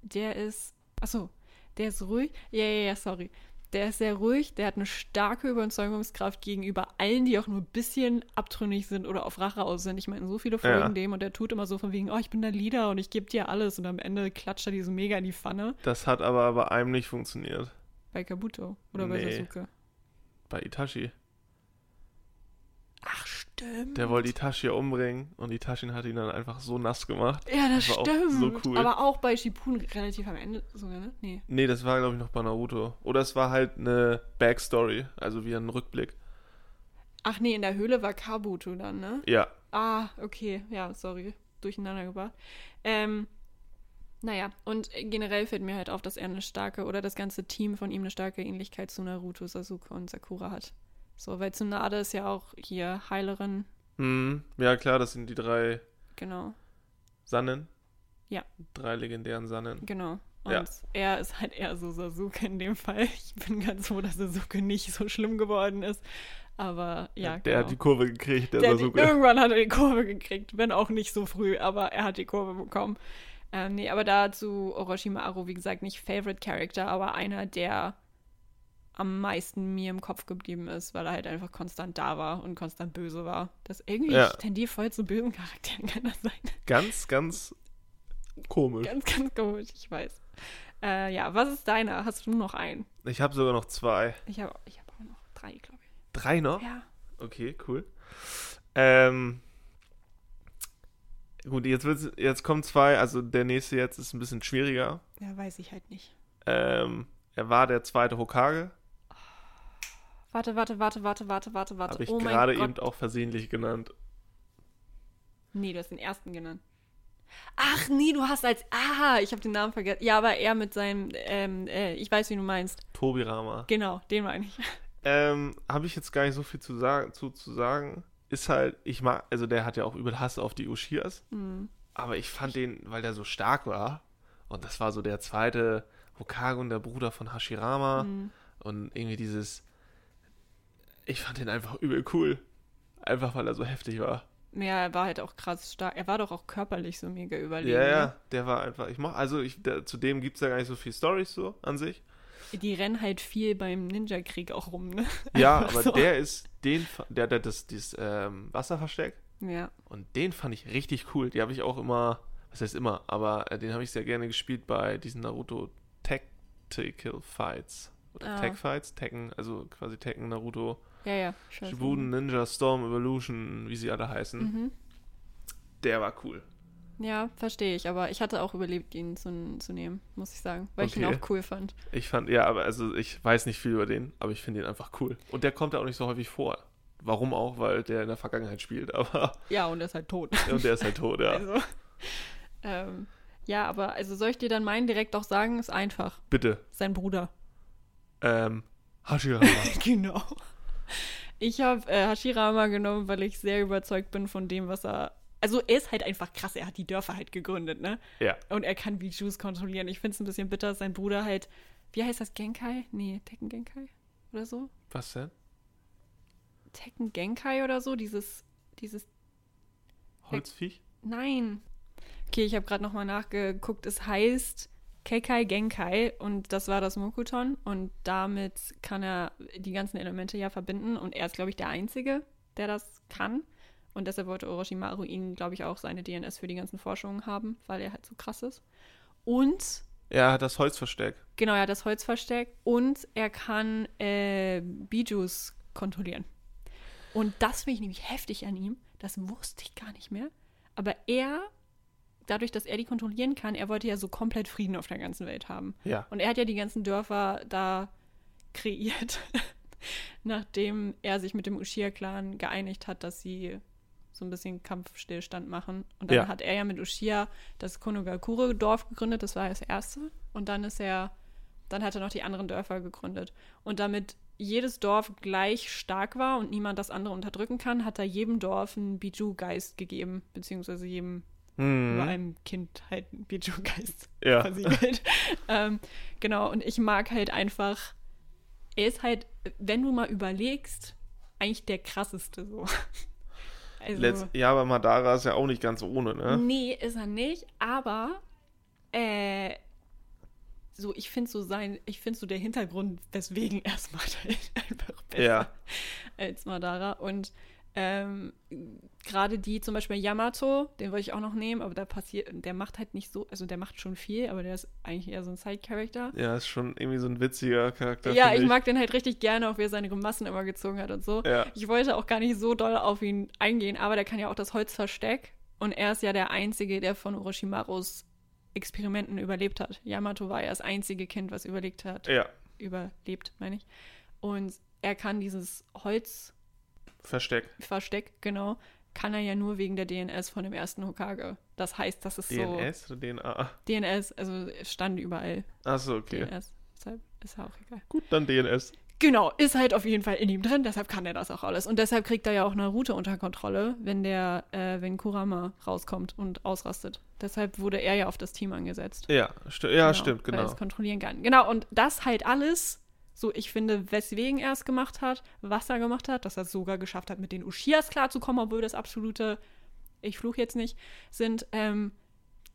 S2: Der ist. Achso, der ist ruhig. Ja, ja, ja, sorry. Der ist sehr ruhig, der hat eine starke Überzeugungskraft gegenüber allen, die auch nur ein bisschen abtrünnig sind oder auf Rache aus sind. Ich meine, so viele folgen
S3: Ja.
S2: dem und der tut immer so von wegen, oh, ich bin der Leader und ich gebe dir alles und am Ende klatscht er diesen mega in die Pfanne.
S3: Das hat aber bei einem nicht funktioniert.
S2: Bei Kabuto oder bei
S3: Nee.
S2: Sasuke.
S3: Bei Itachi.
S2: Ach, stimmt.
S3: Der wollte Itachi umbringen und Itachi hat ihn dann einfach so nass gemacht.
S2: Ja, das
S3: Das war auch
S2: stimmt.
S3: so cool.
S2: Aber auch bei Shippuden relativ am Ende sogar, ne? Nee.
S3: Nee, das war, glaube ich, noch bei Naruto. Oder es war halt eine Backstory, also wieder ein Rückblick.
S2: Ach nee, in der Höhle war Kabuto dann, ne?
S3: Ja,
S2: Ah, okay. Ja, sorry. Durcheinander gebracht. Ähm, naja, und generell fällt mir halt auf, dass er eine starke oder das ganze Team von ihm eine starke Ähnlichkeit zu Naruto, Sasuke und Sakura hat. So, weil Tsunade ist ja auch hier Heilerin,
S3: Mhm. Ja, klar, das sind die drei
S2: genau.
S3: Sannen.
S2: Ja.
S3: Drei legendären Sannen.
S2: Genau. Und
S3: Ja.
S2: er ist halt eher so Sasuke in dem Fall. Ich bin ganz froh, dass Sasuke nicht so schlimm geworden ist. Aber ja,
S3: der
S2: genau.
S3: hat die Kurve gekriegt, der,
S2: Der hat die,
S3: Sasuke.
S2: irgendwann hat er die Kurve gekriegt, wenn auch nicht so früh, aber er hat die Kurve bekommen. Ähm, nee, aber dazu Orochimaru, wie gesagt, nicht Favorite Character, aber einer, der am meisten mir im Kopf geblieben ist, weil er halt einfach konstant da war und konstant böse war. Das irgendwie,
S3: Ja.
S2: ich tendiere voll zu bösen Charakteren, [laughs] kann das sein?
S3: [laughs] Ganz, ganz komisch.
S2: Ganz, ganz komisch, ich weiß. Äh, ja, was ist deiner? Hast du nur noch einen?
S3: Ich habe sogar noch zwei.
S2: Ich habe ich hab auch noch drei, glaube ich.
S3: Drei noch?
S2: Ja.
S3: Okay, cool. Ähm, gut, jetzt, wird's, jetzt kommen zwei. Also der nächste jetzt ist ein bisschen schwieriger.
S2: Ja, weiß ich halt nicht.
S3: Ähm, er war der zweite Hokage.
S2: Warte, warte, warte, warte, warte, warte, warte.
S3: Habe ich
S2: oh mein
S3: gerade
S2: Gott.
S3: eben auch versehentlich genannt.
S2: Nee, du hast den ersten genannt. Ach nee, du hast als. Ah, ich habe den Namen vergessen. Ja, aber er mit seinem. Ähm, äh, ich weiß, wie du meinst.
S3: Tobi Rama.
S2: Genau, den meine ich. [laughs]
S3: Ähm, habe ich jetzt gar nicht so viel zu sagen, zu, zu sagen. Ist halt, ich mag, also der hat ja auch übel Hass auf die Ushias,
S2: Hm.
S3: aber ich fand den, weil der so stark war, und das war so der zweite Hokage und der Bruder von Hashirama
S2: Hm.
S3: und irgendwie dieses, ich fand den einfach übel cool. Einfach weil er so heftig war.
S2: Ja, er war halt auch krass stark. Er war doch auch körperlich so mega
S3: Ja,
S2: überlegen.
S3: ja,
S2: ne?
S3: der war einfach, ich mach, also ich, der, zu dem gibt es ja gar nicht so viel Stories so an sich.
S2: [laughs] Die rennen halt viel beim Ninja-Krieg auch rum, ne? [laughs]
S3: Ja,
S2: Einfach
S3: aber
S2: so.
S3: der ist den, der, der das, dieses ähm, Wasserversteck,
S2: Ja.
S3: Und den fand ich richtig cool. Die habe ich auch immer, was heißt immer, aber äh, den habe ich sehr gerne gespielt bei diesen Naruto Tactical Fights. Oder
S2: Ah.
S3: Tech Fights, Tekken, also quasi Tekken, Naruto,
S2: Ja, ja. scheiße.
S3: Shibuden, Ninja, Storm, Evolution, wie sie alle heißen.
S2: Mhm.
S3: Der war cool.
S2: Ja, verstehe ich. Aber ich hatte auch überlebt, ihn zu, zu nehmen, muss ich sagen. Weil ich ihn
S3: Okay.
S2: auch cool fand.
S3: Ich fand, ja, aber also ich weiß nicht viel über den, aber ich finde ihn einfach cool. Und der kommt ja auch nicht so häufig vor. Warum auch, weil der in der Vergangenheit spielt, [laughs] aber
S2: Ja, und er ist halt tot. [laughs]
S3: und der ist halt tot, ja.
S2: Also, ähm, ja, aber also soll ich dir dann meinen direkt auch sagen? Ist einfach.
S3: Bitte.
S2: Sein Bruder.
S3: Ähm, Hashirama.
S2: [laughs] Genau. Ich habe äh, Hashirama genommen, weil ich sehr überzeugt bin von dem, was er. Also er ist halt einfach krass, er hat die Dörfer halt gegründet, ne?
S3: ja.
S2: Und er kann Bijus kontrollieren. Ich finde es ein bisschen bitter, dass sein Bruder halt. Wie heißt das? Genkai? Nee, Tekken Genkai? Oder so?
S3: Was denn?
S2: Tekken Genkai oder so? Dieses. Dieses.
S3: Holzviech?
S2: Nein. Okay, ich habe gerade nochmal nachgeguckt. Es heißt Kekai Genkai und das war das Mokuton. Und damit kann er die ganzen Elemente ja verbinden. Und er ist, glaube ich, der Einzige, der das kann. Und deshalb wollte Orochimaru ihn, glaube ich, auch seine DNS für die ganzen Forschungen haben, weil er halt so krass ist. Und,
S3: Ja, das Holzversteck.
S2: genau, er hat das Holz versteckt. Und er kann äh, Bijus kontrollieren. Und das finde ich nämlich heftig an ihm. Das wusste ich gar nicht mehr. Aber er, dadurch, dass er die kontrollieren kann, er wollte ja so komplett Frieden auf der ganzen Welt haben.
S3: Ja.
S2: Und er hat ja die ganzen Dörfer da kreiert, [laughs] nachdem er sich mit dem Ushia-Clan geeinigt hat, dass sie so ein bisschen Kampfstillstand machen. Und dann
S3: Ja.
S2: hat er ja mit Ushia das Konogakure-Dorf gegründet, das war das erste. Und dann ist er, dann hat er noch die anderen Dörfer gegründet. Und damit jedes Dorf gleich stark war und niemand das andere unterdrücken kann, hat er jedem Dorf einen Biju-Geist gegeben, beziehungsweise jedem über
S3: Mhm.
S2: einem Kind halt einen Biju-Geist
S3: [laughs] Ja.
S2: versiegelt. [laughs] ähm, genau, und ich mag halt einfach, er ist halt, wenn du mal überlegst, eigentlich der krasseste so. [laughs] Also,
S3: Letz ja, aber Madara ist ja auch nicht ganz ohne, ne?
S2: nee, ist er nicht, aber äh, so, ich finde so sein, ich finde so der Hintergrund, weswegen er es macht, [laughs] halt einfach besser
S3: Ja.
S2: als Madara. Und ähm, gerade die, zum Beispiel Yamato, den wollte ich auch noch nehmen, aber da passiert, der macht halt nicht so, also der macht schon viel, aber der ist eigentlich eher so ein Side-Character.
S3: Ja, ist schon irgendwie so ein witziger Charakter.
S2: ja,
S3: find
S2: ich mag den halt richtig gerne, auch wie er seine Grimassen immer gezogen hat und so.
S3: Ja.
S2: Ich wollte auch gar nicht so doll auf ihn eingehen, aber der kann ja auch das Holzversteck. Und er ist ja der Einzige, der von Orochimaros Experimenten überlebt hat. Yamato war ja das einzige Kind, was überlegt hat.
S3: Ja,
S2: Überlebt, meine ich. Und er kann dieses Holz
S3: Versteck.
S2: Versteck, genau, kann er ja nur wegen der DNS von dem ersten Hokage. Das heißt, das ist
S3: DNS oder DNA?
S2: so. DNS, also es stand überall
S3: Achso, okay.
S2: DNS. Deshalb ist ja auch egal.
S3: Gut, dann DNS.
S2: Genau, ist halt auf jeden Fall in ihm drin, deshalb kann er das auch alles. Und deshalb kriegt er ja auch Naruto unter Kontrolle, wenn der, äh, wenn Kurama rauskommt und ausrastet. Deshalb wurde er ja auf das Team angesetzt.
S3: Ja, sti ja
S2: Genau,
S3: stimmt,
S2: Weil er
S3: genau.
S2: es kontrollieren kann. Genau, und das halt alles, so ich finde, weswegen er es gemacht hat, was er gemacht hat, dass er es sogar geschafft hat, mit den Ushias klarzukommen, obwohl das absolute, ich fluch jetzt nicht, sind, ähm,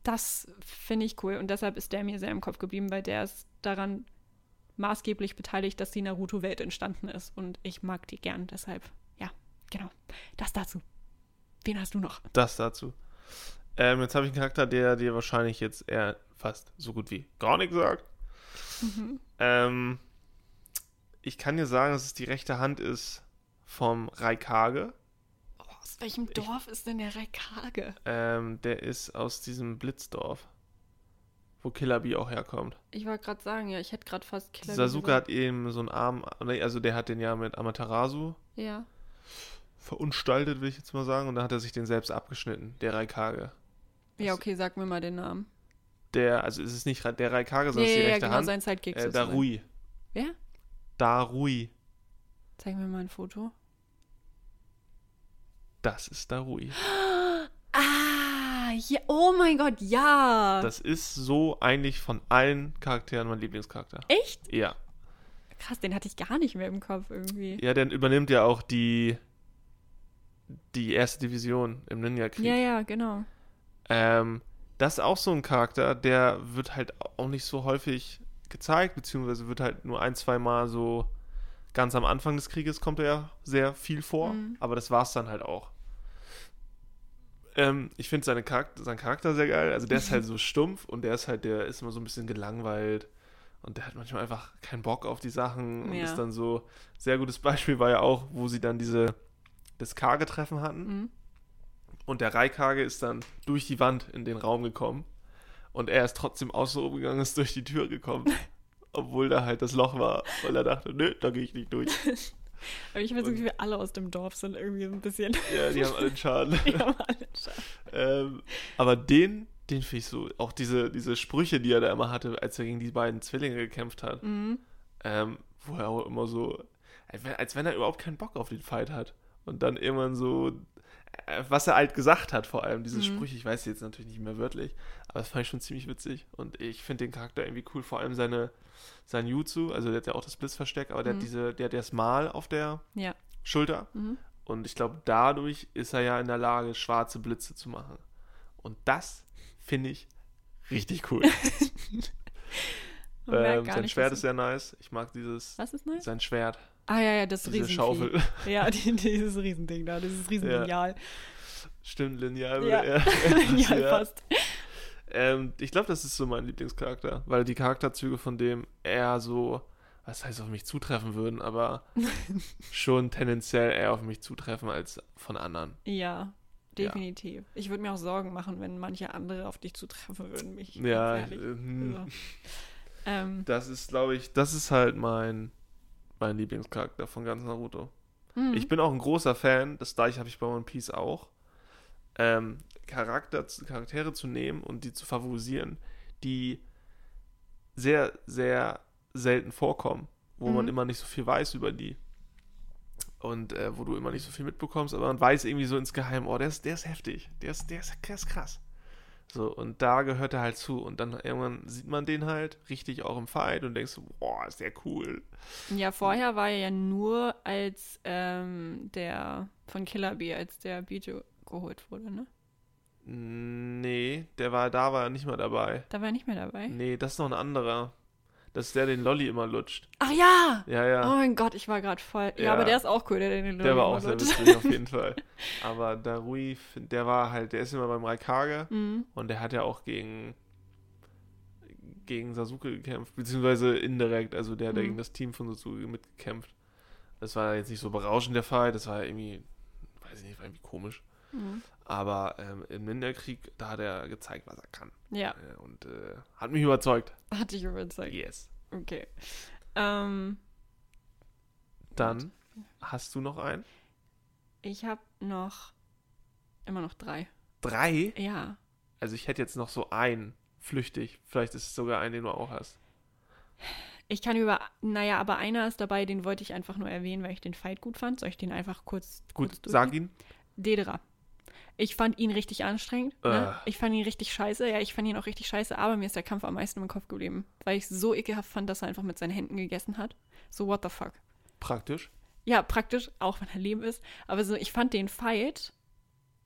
S2: das finde ich cool. Und deshalb ist der mir sehr im Kopf geblieben, weil der ist daran maßgeblich beteiligt, dass die Naruto-Welt entstanden ist. Und ich mag die gern, deshalb, ja, genau. Das dazu. Wen hast du noch?
S3: Das dazu. Ähm, jetzt habe ich einen Charakter, der dir wahrscheinlich jetzt eher fast so gut wie gar nichts sagt.
S2: Mhm.
S3: Ähm, ich kann dir sagen, dass es die rechte Hand ist vom Raikage.
S2: Oh, aus welchem Dorf ist denn der Rekage?
S3: Ähm, der ist aus diesem Blitzdorf, wo Killer Bee auch herkommt.
S2: Ich wollte gerade sagen, ja, ich hätte gerade fast Killer
S3: Sasuke
S2: gesagt.
S3: hat eben so einen Arm, nee, also der hat den ja mit Amaterasu
S2: Ja.
S3: verunstaltet, will ich jetzt mal sagen, und dann hat er sich den selbst abgeschnitten, der Raikage.
S2: Ja,
S3: Das-
S2: okay, sag mir mal den Namen.
S3: Der, also es ist nicht Ra- der Raikage,
S2: Ja,
S3: sondern es ist
S2: ja,
S3: Also die
S2: ja,
S3: rechte
S2: genau,
S3: Hand.
S2: sein Sidekick
S3: Äh,
S2: sozusagen.
S3: Darui.
S2: Wer?
S3: Darui.
S2: Zeig mir mal ein Foto.
S3: Das ist Darui.
S2: Ah, ja, oh mein Gott, ja.
S3: Das ist so eigentlich von allen Charakteren mein Lieblingscharakter.
S2: Echt?
S3: Ja.
S2: Krass, den hatte ich gar nicht mehr im Kopf irgendwie.
S3: Ja, der übernimmt ja auch die, die erste Division im Ninja-Krieg.
S2: Ja, ja, genau.
S3: Ähm, das ist auch so ein Charakter, der wird halt auch nicht so häufig gezeigt, beziehungsweise wird halt nur ein, zwei Mal so ganz am Anfang des Krieges kommt er ja sehr viel vor,
S2: Mhm.
S3: aber das war's dann halt auch. Ähm, ich finde seine Charakter, seinen Charakter sehr geil. Also der ist
S2: [laughs]
S3: halt so stumpf und der ist halt, der ist immer so ein bisschen gelangweilt und der hat manchmal einfach keinen Bock auf die Sachen und
S2: Ja.
S3: ist dann so. Sehr gutes Beispiel war ja auch, wo sie dann diese das Kage-Treffen hatten
S2: Mhm.
S3: und der Reikage ist dann durch die Wand in den Raum gekommen und er ist trotzdem außen rumgegangen, ist durch die Tür gekommen. Obwohl da halt das Loch war, weil er dachte, nö, da gehe ich nicht durch.
S2: Aber ich weiß
S3: Und-
S2: nicht, wir alle aus dem Dorf sind irgendwie so ein bisschen. [laughs]
S3: Ja, die haben alle einen Schaden.
S2: Die haben alle Schaden.
S3: Ähm, aber den, den finde ich so, auch diese, diese Sprüche, die er da immer hatte, als er gegen die beiden Zwillinge gekämpft hat,
S2: Mhm.
S3: ähm, wo er auch immer so, als wenn, als wenn er überhaupt keinen Bock auf den Fight hat. Und dann irgendwann so, äh, was er halt gesagt hat, vor allem diese
S2: Mhm.
S3: Sprüche, ich weiß jetzt natürlich nicht mehr wörtlich, aber das fand ich schon ziemlich witzig. Und ich finde den Charakter irgendwie cool, vor allem seine, sein Jutsu, also der hat ja auch das Blitzversteck, aber der
S2: Mhm.
S3: hat diese, der hat das Mal auf der
S2: Ja.
S3: Schulter.
S2: Mhm.
S3: Und ich glaube, dadurch ist er ja in der Lage, schwarze Blitze zu machen. Und das finde ich richtig cool.
S2: [laughs] Man merkt
S3: ähm,
S2: gar
S3: sein
S2: nicht,
S3: Schwert
S2: dass-
S3: ist sehr nice. Ich mag dieses,
S2: Was ist neu?
S3: sein Schwert,
S2: Ah ja, ja, das
S3: diese
S2: Riesenvieh.
S3: Schaufel. [laughs]
S2: Ja, die, dieses Riesending da, dieses Riesenlineal.
S3: Stimmt, Lineal.
S2: Ja. [laughs]
S3: würde [laughs]
S2: Ja.
S3: er-
S2: Lineal
S3: [laughs] Ja.
S2: passt.
S3: Ähm, ich glaube, das ist so mein Lieblingscharakter, weil die Charakterzüge von dem eher so, was heißt auf mich zutreffen würden,
S2: [laughs]
S3: aber schon tendenziell eher auf mich zutreffen als von anderen.
S2: Ja, definitiv. Ich würde mir auch Sorgen machen, wenn manche andere auf dich zutreffen würden. Mich, ganz
S3: Ja,
S2: ehrlich.
S3: ähm,
S2: Also,
S3: [laughs]
S2: ähm,
S3: Das ist, glaube ich, das ist halt mein, mein Lieblingscharakter von ganz Naruto.
S2: hm,
S3: Ich bin auch ein großer Fan, das gleiche habe ich bei One Piece auch, ähm, Charakter, Charaktere zu nehmen und die zu favorisieren, die sehr, sehr selten vorkommen, wo man
S2: Mhm.
S3: immer nicht so viel weiß über die. Und äh, wo du immer nicht so viel mitbekommst, aber man weiß irgendwie so insgeheim, oh, der ist, der ist heftig, der ist, der ist, der ist krass. So, und da gehört er halt zu. Und dann irgendwann sieht man den halt richtig auch im Fight und denkst so, boah, ist der cool.
S2: ja, vorher war er ja nur als ähm, der von Killer Bee, als der Biju geholt wurde, ne?
S3: Nee, der war da, war er nicht mal dabei.
S2: Da war er nicht mehr dabei.
S3: Nee, das ist noch ein anderer. Das ist der, den Lolly immer lutscht.
S2: Ach ja!
S3: Ja,
S2: Oh
S3: ja.
S2: mein Gott, ich war gerade voll. Ja,
S3: Ja.
S2: aber der ist auch cool, der den
S3: der war auch sehr
S2: Leuten-
S3: witzig,
S2: [laughs]
S3: auf jeden Fall. Aber Darui, find- der war halt, der ist immer beim Raikage
S2: [laughs] Mhm.
S3: und der hat ja auch gegen, gegen Sasuke gekämpft, beziehungsweise indirekt, also der hat ja
S2: Mhm.
S3: gegen das Team von Sasuke mitgekämpft. Das war jetzt nicht so berauschend der Fall, das war irgendwie, weiß ich nicht, war irgendwie komisch.
S2: Mhm.
S3: Aber ähm, im Ninja-Krieg, da hat er gezeigt, was er kann.
S2: Ja,
S3: Äh, Und äh, hat mich überzeugt.
S2: hatte ich überzeugt.
S3: Yes.
S2: Okay. Ähm,
S3: Dann hast du noch einen?
S2: ich habe noch immer noch drei.
S3: Drei?
S2: Ja.
S3: Also ich hätte jetzt noch so einen, flüchtig. Vielleicht ist es sogar ein, den du auch hast.
S2: Ich kann über, naja, aber einer ist dabei, den wollte ich einfach nur erwähnen, weil ich den Fight gut fand. Soll ich den einfach kurz,
S3: Gut,
S2: kurz
S3: sag ihn.
S2: Dedera. Ich fand ihn richtig anstrengend. Ne?
S3: Äh.
S2: Ich fand ihn richtig scheiße. Ja, ich fand ihn auch richtig scheiße, aber mir ist der Kampf am meisten im Kopf geblieben, weil ich es so ekelhaft fand, dass er einfach mit seinen Händen gegessen hat. So, what the fuck.
S3: Praktisch.
S2: Ja, praktisch, auch wenn er leben ist. Aber so, ich fand den Fight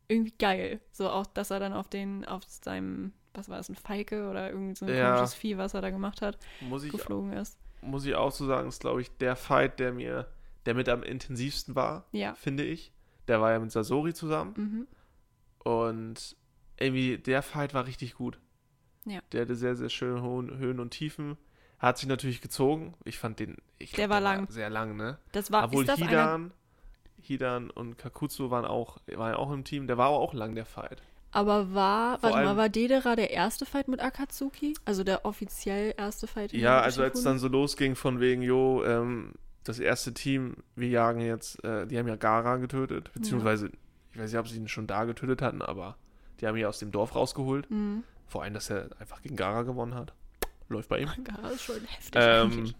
S2: irgendwie geil. So auch, dass er dann auf den, auf seinem, was war das, ein Falke oder irgendwie so ein
S3: Ja.
S2: komisches Vieh, was er da gemacht hat,
S3: Muss ich,
S2: geflogen ist.
S3: muss ich auch so sagen, ist, glaube ich, der Fight, der mir, der mit am intensivsten war,
S2: Ja.
S3: finde ich. Der war ja mit Sasori zusammen.
S2: Mhm.
S3: Und irgendwie, der Fight war richtig gut.
S2: Ja.
S3: Der hatte sehr, sehr schöne hohen, Höhen und Tiefen. Er hat sich natürlich gezogen. Ich fand den. Ich
S2: Der war lang.
S3: sehr lang, ne?
S2: Das war,
S3: Obwohl
S2: ist das einer,
S3: Hidan, Hidan und Kakutsu waren auch, waren ja auch im Team. Der war aber auch lang, der Fight.
S2: aber war,
S3: Vor
S2: warte mal,
S3: allem-
S2: war Dedera der erste Fight mit Akatsuki? Also der offiziell erste Fight? in
S3: Ja,
S2: Naruto
S3: also als
S2: Shippuden?
S3: dann so losging von wegen, jo, ähm, das erste Team, wir jagen jetzt, äh, die haben ja Gara getötet, beziehungsweise, ich weiß nicht, ob sie ihn schon da getötet hatten, aber die haben ihn aus dem Dorf rausgeholt.
S2: Mhm.
S3: Vor allem, dass er einfach gegen Gara gewonnen hat. Läuft bei ihm.
S2: Gara ist schon heftig
S3: Ähm,
S2: eigentlich.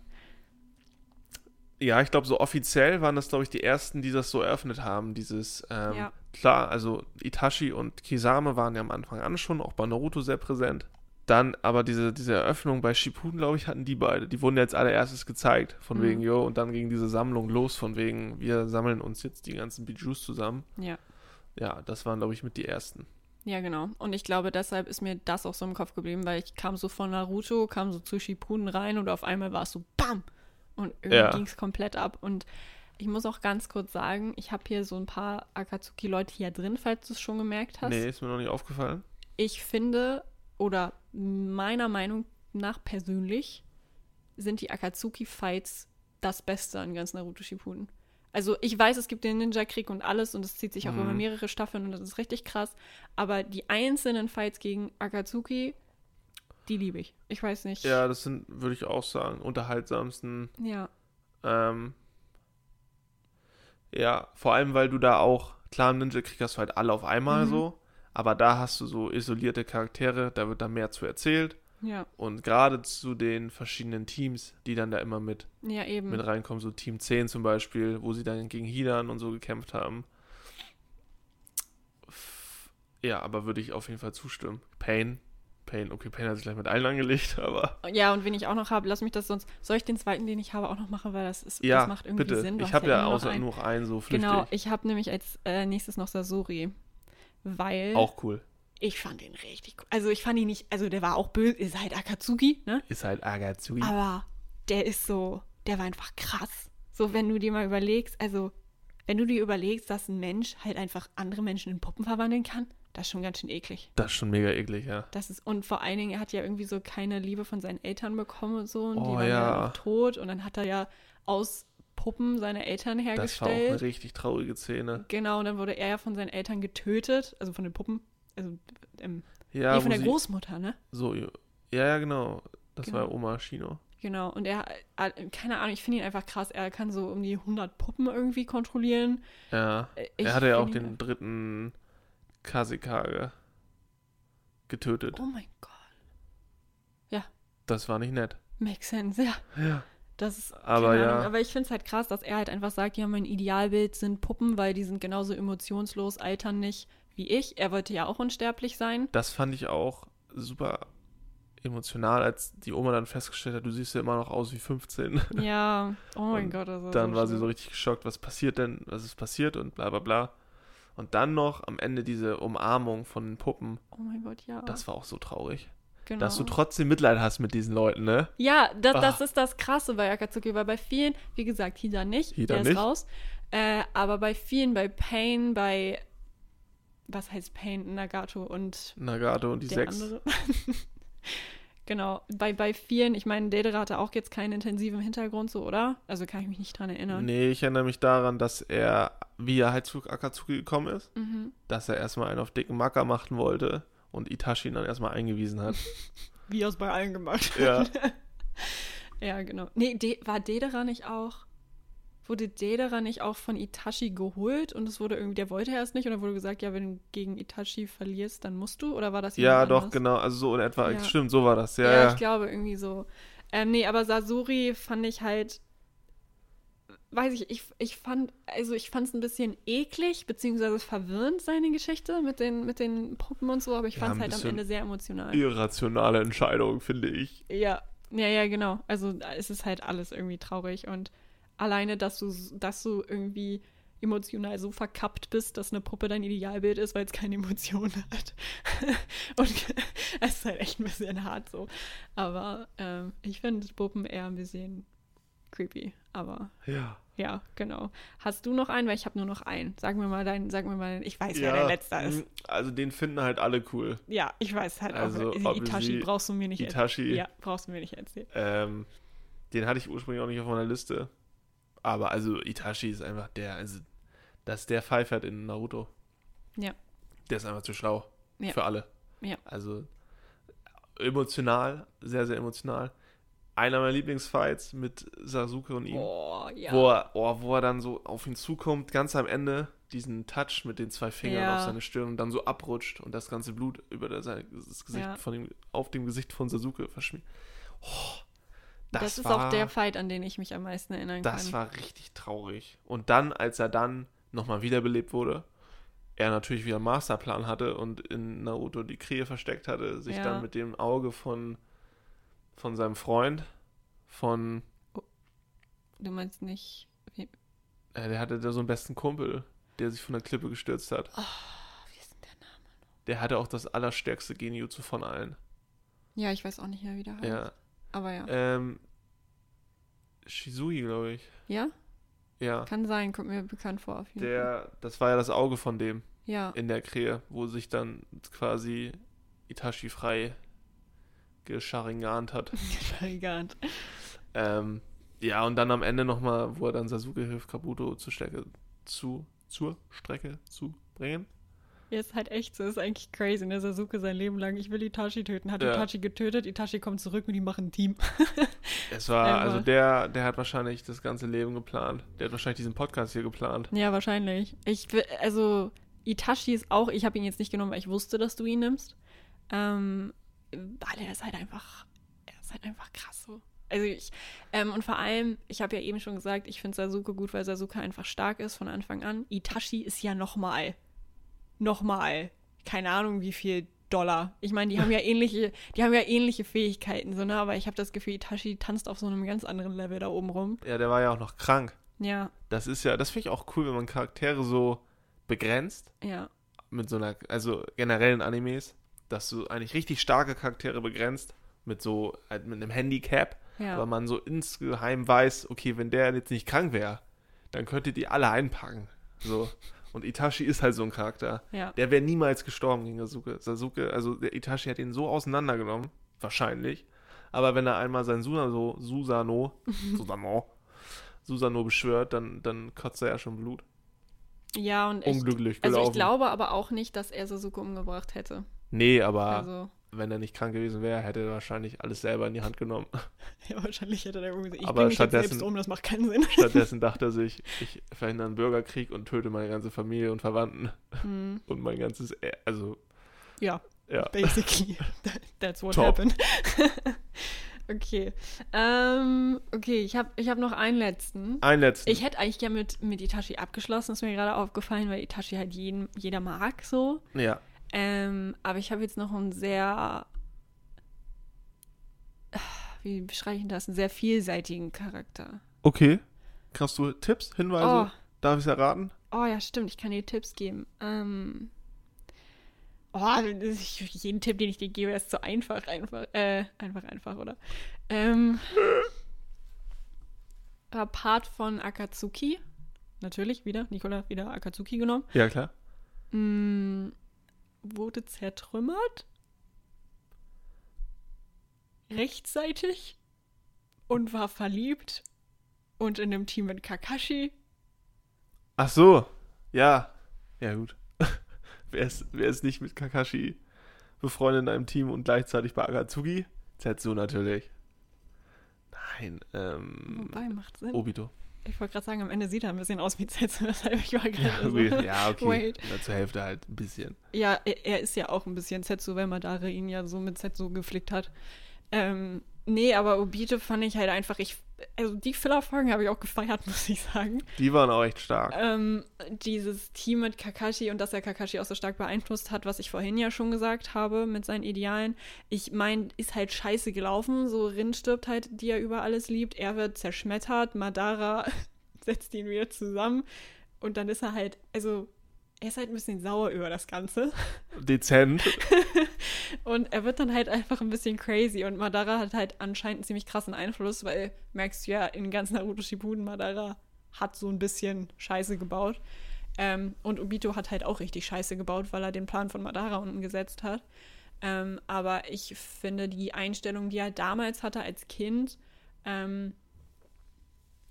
S3: ja, ich glaube, so offiziell waren das, glaube ich, die ersten, die das so eröffnet haben. Dieses, ähm,
S2: Ja.
S3: klar, also Itachi und Kisame waren ja am Anfang an schon, auch bei Naruto sehr präsent. Dann aber diese, diese Eröffnung bei Shippuden, glaube ich, hatten die beide. Die wurden ja als allererstes gezeigt, von
S2: Mhm.
S3: wegen, yo, und dann ging diese Sammlung los, von wegen, wir sammeln uns jetzt die ganzen Bijus zusammen.
S2: Ja.
S3: Ja, das waren, glaube ich, mit die ersten.
S2: Ja, genau. Und ich glaube, deshalb ist mir das auch so im Kopf geblieben, weil ich kam so von Naruto, kam so zu Shippuden rein und auf einmal war es so BAM! Und irgendwie
S3: Ja.
S2: ging es komplett ab. Und Ich muss auch ganz kurz sagen, ich habe hier so ein paar Akatsuki-Leute hier drin, falls du es schon gemerkt hast.
S3: Nee, ist mir noch nicht aufgefallen.
S2: Ich finde, oder meiner Meinung nach persönlich, sind die Akatsuki-Fights das Beste an ganz Naruto Shippuden. Also ich weiß, es gibt den Ninja-Krieg und alles und es zieht sich auch
S3: Mhm.
S2: über mehrere Staffeln und das ist richtig krass. Aber die einzelnen Fights gegen Akatsuki, die liebe ich. Ich weiß nicht.
S3: Ja, das sind, würde ich auch sagen, unterhaltsamsten.
S2: Ja.
S3: Ähm, ja, vor allem, weil du da auch, klar, im Ninja-Krieg hast du halt alle auf einmal
S2: Mhm.
S3: so, aber da hast du so isolierte Charaktere, da wird dann mehr zu erzählt.
S2: Ja,
S3: Und gerade zu den verschiedenen Teams, die dann da immer mit,
S2: ja eben.
S3: mit reinkommen, so Team 10 zum Beispiel, wo sie dann gegen Hidan und so gekämpft haben. F- Ja, aber würde ich auf jeden Fall zustimmen. Pain, Pain, okay, Pain hat sich gleich mit allen angelegt, [laughs] aber
S2: Ja, und wenn ich auch noch habe, lass mich das sonst. Soll ich den zweiten, den ich habe, auch noch machen, weil das ist
S3: ja,
S2: das macht irgendwie
S3: bitte.
S2: Sinn. Du
S3: ich
S2: hast
S3: habe ja
S2: immer noch
S3: außer
S2: einen.
S3: nur noch einen so flüchtig.
S2: Genau, ich habe nämlich als äh, nächstes noch Sasori. Weil
S3: Auch cool.
S2: ich fand den richtig cool. Also ich fand ihn nicht, also der war auch böse, ist halt Akatsuki, ne?
S3: Ist halt Agatsui.
S2: Aber der ist so, der war einfach krass. So, wenn du dir mal überlegst, also wenn du dir überlegst, dass ein Mensch halt einfach andere Menschen in Puppen verwandeln kann, das ist schon ganz schön eklig.
S3: Das ist schon mega eklig, ja.
S2: Das ist, und vor allen Dingen, er hat ja irgendwie so keine Liebe von seinen Eltern bekommen und so. Und die
S3: Oh,
S2: waren ja.
S3: ja.
S2: dann auch tot. Und dann hat er ja aus Puppen seine Eltern
S3: Das war auch eine
S2: hergestellt.
S3: richtig traurige Szene.
S2: Genau, und dann wurde er ja von seinen Eltern getötet. Also von den Puppen. Also ähm,
S3: Ja,
S2: nee, von
S3: wo
S2: der
S3: sie,
S2: Großmutter, ne?
S3: so, ja, ja, genau. Das
S2: Genau.
S3: war Oma Shino.
S2: Genau. Und er, äh, keine Ahnung, ich finde ihn einfach krass. Er kann so um die 100 Puppen irgendwie kontrollieren.
S3: Ja.
S2: Äh, ich
S3: Er hatte ja auch
S2: find
S3: den
S2: ihn-
S3: dritten Kasekage getötet.
S2: Oh mein Gott.
S3: Das war nicht nett.
S2: Makes sense, ja.
S3: Ja.
S2: Das ist,
S3: Aber
S2: keine
S3: ja.
S2: Ahnung, aber ich finde es halt krass, dass er halt einfach sagt, ja, mein Idealbild sind Puppen, weil die sind genauso emotionslos, altern nicht wie ich. Er wollte ja auch unsterblich sein.
S3: Das fand ich auch super emotional, als die Oma dann festgestellt hat, du siehst ja immer noch aus wie 15.
S2: Ja, oh mein
S3: Und
S2: Gott. Das war
S3: dann
S2: so
S3: war sie
S2: schlimm.
S3: so richtig geschockt, was passiert denn, was ist passiert und bla bla bla. Und dann noch am Ende diese Umarmung von den Puppen.
S2: Oh mein Gott, ja.
S3: Das war auch so traurig.
S2: genau.
S3: Dass du trotzdem Mitleid hast mit diesen Leuten, ne?
S2: Ja, das, das
S3: Ah.
S2: ist das Krasse bei Akatsuki, weil bei vielen, wie gesagt, Hida nicht,
S3: Hida
S2: der
S3: nicht.
S2: ist raus. Äh, aber bei vielen, bei Pain, bei, was heißt Pain, Nagato und
S3: Nagato und die
S2: der
S3: sechs.
S2: andere. [laughs] genau, bei, bei vielen, ich meine, Dedera hatte auch jetzt keinen intensiven Hintergrund, so, oder? Also kann ich mich nicht dran erinnern.
S3: Nee, ich erinnere mich daran, dass er, wie er halt zu Akatsuki gekommen ist,
S2: Mhm.
S3: dass er erstmal einen auf dicken Macker machen wollte und Itachi ihn dann erstmal eingewiesen
S2: [laughs]
S3: hat.
S2: Wie er es bei allen
S3: [laughs]
S2: gemacht
S3: Ja.
S2: ja, genau. Nee, De war Dedera nicht auch. Wurde Dedera nicht auch von Itachi geholt und es wurde irgendwie, der wollte erst nicht und dann wurde gesagt, ja, wenn du gegen Itachi verlierst, dann musst du? Oder war das
S3: ja,
S2: jemand
S3: doch,
S2: anders?
S3: genau. Also so in etwa.
S2: Ja.
S3: Stimmt, so war das. Ja,
S2: Ja,
S3: ja.
S2: ich glaube irgendwie so. Ähm, nee, aber Sasori fand ich halt, weiß ich, ich, ich fand, also ich fand es ein bisschen eklig, beziehungsweise verwirrend, seine Geschichte mit den, mit den Puppen und so, aber ich
S3: Ja,
S2: fand
S3: ein
S2: es halt am
S3: bisschen
S2: Ende sehr emotional.
S3: Irrationale Entscheidung, finde ich.
S2: Ja, ja, ja, genau. Also da ist es ist halt alles irgendwie traurig und alleine, dass du, dass du irgendwie emotional so verkappt bist, dass eine Puppe dein Idealbild ist, weil es keine [laughs] Emotionen hat. und [laughs] es ist halt echt ein bisschen hart so. Aber ähm, ich finde Puppen eher ein bisschen creepy. Aber
S3: Ja.
S2: ja, genau. Hast du noch einen? Weil ich habe nur noch einen. Sag mir mal deinen, sag mir mal, ich weiß, wer dein letzter ist.
S3: mh, Also den finden halt alle cool.
S2: Ja, ich weiß halt
S3: Also,
S2: auch. wer-
S3: ob
S2: Itachi
S3: sie-
S2: brauchst du mir nicht
S3: Itachi.
S2: erzählen. Ja, brauchst du mir nicht erzählen.
S3: Ähm, den hatte ich ursprünglich auch nicht auf meiner Liste. Aber also Itachi ist einfach der, also das ist der Pfeifert in Naruto.
S2: Ja.
S3: Der ist einfach zu schlau.
S2: Ja.
S3: Für alle.
S2: Ja.
S3: Also emotional, sehr, sehr emotional. Einer meiner Lieblingsfights mit Sasuke und ihm.
S2: Oh, ja.
S3: Hm. Wo, er, oh, wo er dann so auf ihn zukommt, ganz am Ende, diesen Touch mit den zwei Fingern
S2: Ja.
S3: auf seine Stirn und dann so abrutscht und das ganze Blut über der, sein, das Gesicht
S2: Ja.
S3: von ihm, auf dem Gesicht von Sasuke verschmiert. Oh, das,
S2: Das, ist
S3: war,
S2: auch der Fight, an den ich mich am meisten erinnern
S3: Das
S2: kann.
S3: war richtig traurig. Und dann, als er dann nochmal wiederbelebt wurde, er natürlich wieder einen Masterplan hatte und in Naruto die Krähe versteckt hatte, sich
S2: Ja.
S3: dann mit dem Auge von, von seinem Freund, von,
S2: Du meinst nicht. Wie,
S3: äh, der hatte da so einen besten Kumpel, der sich von der Klippe gestürzt hat.
S2: wie ist denn Oh, der Name?
S3: Der hatte auch das allerstärkste Genjutsu von allen.
S2: Ja, ich weiß auch nicht mehr, wie der heißt.
S3: Ja.
S2: Aber ja.
S3: Ähm, Shizui, glaube ich.
S2: ja?
S3: Ja.
S2: Kann sein, kommt mir bekannt vor. Auf jeden Fall.
S3: Der, das war ja das Auge von dem [laughs]
S2: Ja,
S3: in der Krähe, wo sich dann quasi Itachi frei gescharingant hat.
S2: egal.
S3: Ähm, ja, und dann am Ende nochmal, wo er dann Sasuke hilft, Kabuto zur Strecke zu, zur Strecke zu bringen.
S2: Ja, ist halt echt so. Ist eigentlich crazy, ne? Sasuke sein Leben lang. Ich will Itachi töten. Hat
S3: Ja.
S2: Itachi getötet. Itachi kommt zurück und die machen ein Team.
S3: Es war,
S2: Einmal.
S3: also der, der hat wahrscheinlich das ganze Leben geplant. Der hat wahrscheinlich diesen Podcast hier geplant.
S2: ja, wahrscheinlich. Ich will, also, Itachi ist auch, ich habe ihn jetzt nicht genommen, weil ich wusste, dass du ihn nimmst. Ähm, weil er ist halt einfach, er ist halt einfach krass so. Also ich, ähm, und vor allem, ich habe ja eben schon gesagt, ich finde Sasuke gut, weil Sasuke einfach stark ist von Anfang an. Itachi ist ja nochmal, nochmal, keine Ahnung wie viel Dollar. Ich meine, die haben ja ähnliche, die haben ja ähnliche Fähigkeiten, so, ne? aber ich habe das Gefühl, Itachi tanzt auf so einem ganz anderen Level da oben rum.
S3: Ja, der war ja auch noch krank.
S2: Ja,
S3: Das ist ja, das finde ich auch cool, wenn man Charaktere so begrenzt
S2: ja,
S3: mit so einer, also generellen Animes, dass du eigentlich richtig starke Charaktere begrenzt mit so, halt mit einem Handicap,
S2: ja.
S3: aber man so insgeheim weiß, okay, wenn der jetzt nicht krank wäre, dann könntet ihr alle einpacken. So. Und Itachi ist halt so ein Charakter.
S2: Ja,
S3: Der wäre niemals gestorben gegen Sasuke. Sasuke, also der Itachi hat ihn so auseinandergenommen, wahrscheinlich. Aber wenn er einmal seinen Susano,
S2: [laughs]
S3: Susano, Susano, Susano beschwört, dann, dann kotzt er ja schon Blut.
S2: ja und ich,
S3: Unglücklich gelaufen.
S2: also ich glaube aber auch nicht, dass er Sasuke umgebracht hätte.
S3: nee, aber
S2: Also,
S3: wenn er nicht krank gewesen wäre, hätte er wahrscheinlich alles selber in die Hand genommen. [laughs]
S2: ja, wahrscheinlich hätte er irgendwie gesagt, ich
S3: Aber
S2: bringe mich jetzt
S3: stattdessen-
S2: selbst um, das macht keinen Sinn.
S3: Stattdessen dachte er sich, ich verhindere einen Bürgerkrieg und töte meine ganze Familie und Verwandten
S2: Hm,
S3: und mein ganzes, Ä- also,
S2: ja,
S3: ja. [laughs]
S2: basically. That's what
S3: Top.
S2: happened. [laughs] okay. Ähm, okay, ich habe ich hab noch einen letzten.
S3: Ein letzten.
S2: Ich hätte eigentlich gerne mit, mit Itachi abgeschlossen, ist mir gerade aufgefallen, weil Itachi halt jeden, jeder mag so.
S3: ja.
S2: Ähm, aber ich habe jetzt noch einen sehr, wie beschreibe ich denn das, einen sehr vielseitigen Charakter.
S3: Okay. Kannst du Tipps,
S2: oh,
S3: Hinweise? Darf ich es erraten?
S2: oh ja, stimmt, ich kann dir Tipps geben. Ähm, oh, ich, jeden Tipp, den ich dir gebe, ist so einfach, einfach, äh, einfach, einfach, oder? Ähm, Part von Akatsuki, natürlich, wieder, Nicola, wieder Akatsuki genommen,
S3: Ja, klar.
S2: mm, wurde zertrümmert, rechtzeitig und war verliebt und in dem Team mit Kakashi.
S3: Ach so. Ja. Ja, gut. [laughs] wer, ist, wer ist nicht mit Kakashi befreundet in einem Team und gleichzeitig bei Akatsuki? Zetsu natürlich. Nein, ähm,
S2: Wobei, macht Sinn. [laughs]
S3: Obito.
S2: Ich wollte gerade sagen, am Ende sieht er ein bisschen aus wie Zetsu, [laughs] weshalb ich war
S3: Ja,
S2: gerade
S3: okay.
S2: so.
S3: Ja, okay.
S2: Wait.
S3: Na, zur Hälfte halt ein bisschen.
S2: Ja, er, er ist ja auch ein bisschen Zetsu, weil Madara ihn ja so mit Zetsu geflickt hat. Ähm, nee, aber Obito fand ich halt einfach, ich, also die Filler-Folgen habe ich auch gefeiert, [laughs] muss ich sagen.
S3: Die waren auch echt stark.
S2: Ähm, dieses Team mit Kakashi und dass er Kakashi auch so stark beeinflusst hat, was ich vorhin ja schon gesagt habe mit seinen Idealen. Ich meine, ist halt scheiße gelaufen. So Rin stirbt halt, die er über alles liebt. Er wird zerschmettert. Madara [laughs] setzt ihn wieder zusammen. Und dann ist er halt, also er ist halt ein bisschen sauer über das Ganze.
S3: Dezent.
S2: Und er wird dann halt einfach ein bisschen crazy. Und Madara hat halt anscheinend einen ziemlich krassen Einfluss, weil merkst du ja in ganz Naruto Shippuden, Madara hat so ein bisschen Scheiße gebaut. Ähm, und Obito hat halt auch richtig Scheiße gebaut, weil er den Plan von Madara umgesetzt hat. Ähm, aber ich finde die Einstellung, die er damals hatte als Kind, ähm,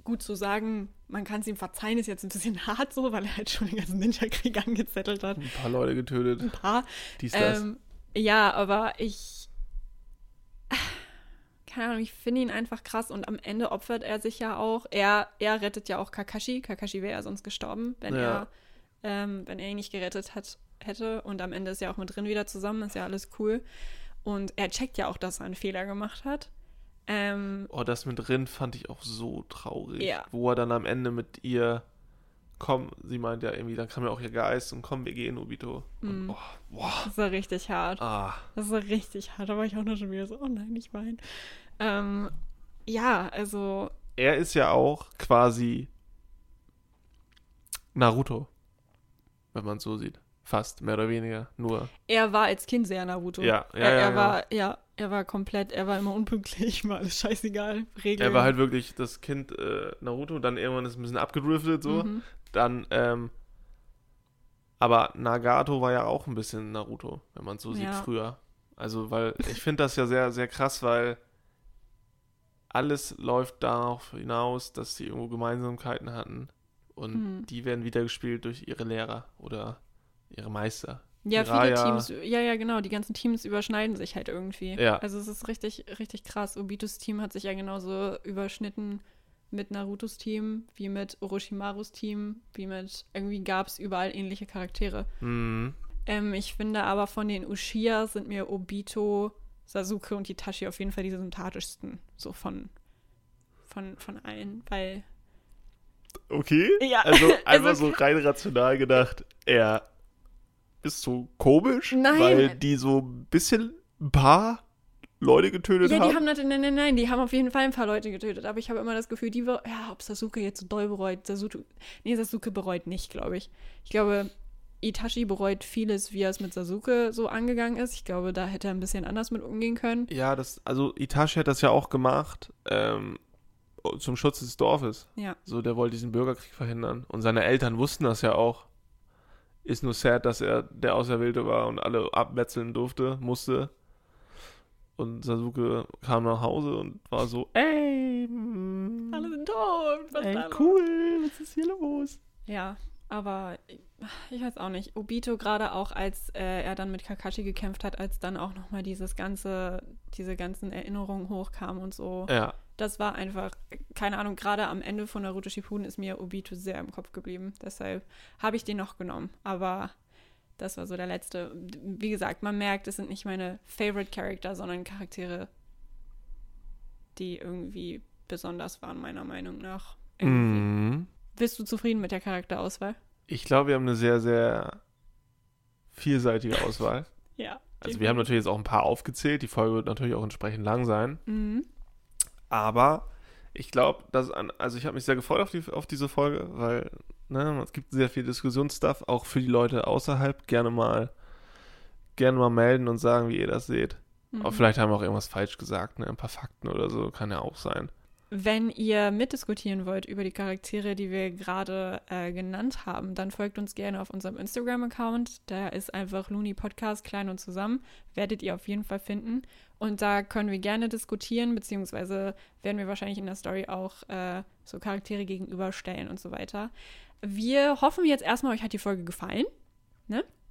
S2: gut zu sagen, man kann es ihm verzeihen, ist jetzt ein bisschen [laughs] hart so, weil er halt schon den ganzen Ninja-Krieg angezettelt hat.
S3: Ein paar Leute getötet.
S2: Ein paar.
S3: Dies, das.
S2: Ähm, ja, aber ich. [sighs] Keine Ahnung, ich finde ihn einfach krass und am Ende opfert er sich ja auch. Er, er rettet ja auch Kakashi. Kakashi wäre ja sonst gestorben, wenn,
S3: Ja.
S2: er, ähm, wenn er ihn nicht gerettet hat, hätte. Und am Ende ist ja auch mit drin wieder zusammen, ist ja alles cool. Und er checkt ja auch, dass er einen Fehler gemacht hat. Ähm,
S3: oh, das mit Rin fand ich auch so traurig.
S2: Ja.
S3: Wo er dann am Ende mit ihr, komm, sie meint ja irgendwie, dann kam ja auch ihr Geist und komm, wir gehen, Obito. Und,
S2: Mhm.
S3: oh, boah,
S2: das war richtig hart.
S3: ah.
S2: Das war richtig hart. Da war ich auch noch schon wieder so, oh nein, ich weine. Ähm, ja, also,
S3: Er ist ja auch quasi Naruto, wenn man es so sieht. Fast, mehr oder weniger. Nur,
S2: er war als Kind sehr Naruto.
S3: Ja, genau. ja,
S2: er,
S3: ja,
S2: er
S3: ja.
S2: war, ja, Er war komplett, er war immer unpünktlich, [laughs] war alles scheißegal. Regeln.
S3: Er war halt wirklich das Kind äh, Naruto, dann irgendwann ist ein bisschen abgedriftet so.
S2: Mhm.
S3: Dann, ähm, aber Nagato war ja auch ein bisschen Naruto, wenn man so sieht,
S2: Ja.
S3: früher. Also, weil ich finde das ja sehr, sehr krass, weil alles läuft darauf hinaus, dass sie irgendwo Gemeinsamkeiten hatten. Und
S2: Mhm.
S3: die werden wieder gespielt durch ihre Lehrer oder ihre Meister.
S2: Ja, viele
S3: Jiraiya.
S2: Teams, ja, ja, genau, die ganzen Teams überschneiden sich halt irgendwie.
S3: Ja.
S2: Also es ist richtig, richtig krass. Obitos Team hat sich ja genauso überschnitten mit Narutos Team, wie mit Orochimarus Team, wie mit, irgendwie gab es überall ähnliche Charaktere.
S3: Mhm.
S2: Ähm, ich finde aber von den Uchiha sind mir Obito, Sasuke und Itachi auf jeden Fall die sympathischsten, so von, von, von allen, weil
S3: Okay.
S2: Ja, [laughs]
S3: Also
S2: ist
S3: einfach
S2: okay.
S3: so rein rational gedacht, er ist so komisch,
S2: Nein.
S3: weil die so ein bisschen ein paar Leute getötet
S2: Ja, die
S3: haben.
S2: haben natürlich, nein, nein, nein, die haben auf jeden Fall ein paar Leute getötet, aber ich habe immer das Gefühl, die, be- ja, ob Sasuke jetzt so doll bereut, Sasuke, nee, Sasuke bereut nicht, glaube ich. Ich glaube, Itachi bereut vieles, wie er es mit Sasuke so angegangen ist. Ich glaube, da hätte er ein bisschen anders mit umgehen können.
S3: Ja, das, also Itachi hat das ja auch gemacht, ähm, zum Schutz des Dorfes.
S2: Ja.
S3: So, der wollte diesen Bürgerkrieg verhindern. Und seine Eltern wussten das ja auch. Ist nur sad, dass er der Auserwählte war und alle abmetzeln durfte, musste. Und Sasuke kam nach Hause und war so, ey, mm,
S2: Alle sind tot, was da los?
S3: cool, was ist hier los?
S2: Ja, aber ich weiß auch nicht. Obito gerade auch, als äh, er dann mit Kakashi gekämpft hat, als dann auch nochmal dieses ganze, diese ganzen Erinnerungen hochkamen und so.
S3: Ja,
S2: das war einfach, keine Ahnung, gerade am Ende von Naruto Shippuden ist mir Obito sehr im Kopf geblieben. Deshalb habe ich den noch genommen. Aber das war so der letzte. Wie gesagt, man merkt, es sind nicht meine Favorite Charakter, sondern Charaktere, die irgendwie besonders waren, meiner Meinung nach. Irgendwie.
S3: Mhm.
S2: Bist du zufrieden mit der Charakterauswahl?
S3: Ich glaube, wir haben eine sehr, sehr vielseitige Auswahl.
S2: Ja.
S3: Also wir haben natürlich jetzt auch ein paar aufgezählt. Die Folge wird natürlich auch entsprechend lang sein.
S2: Mhm.
S3: Aber ich glaube, dass an, also ich habe mich sehr gefreut auf, die, auf diese Folge, weil ne, es gibt sehr viel Diskussionsstuff, auch für die Leute außerhalb. Gerne mal, gerne mal melden und sagen, wie ihr das seht.
S2: Mhm.
S3: Aber vielleicht haben wir auch irgendwas falsch gesagt, ne? ein paar Fakten oder so, kann ja auch sein.
S2: Wenn ihr mitdiskutieren wollt über die Charaktere, die wir gerade äh, genannt haben, dann folgt uns gerne auf unserem Instagram-Account. Da ist einfach Looney Podcast klein und zusammen. Werdet ihr auf jeden Fall finden. Und da können wir gerne diskutieren, beziehungsweise werden wir wahrscheinlich in der Story auch äh, so Charaktere gegenüberstellen und so weiter. Wir hoffen jetzt erstmal, euch hat die Folge gefallen.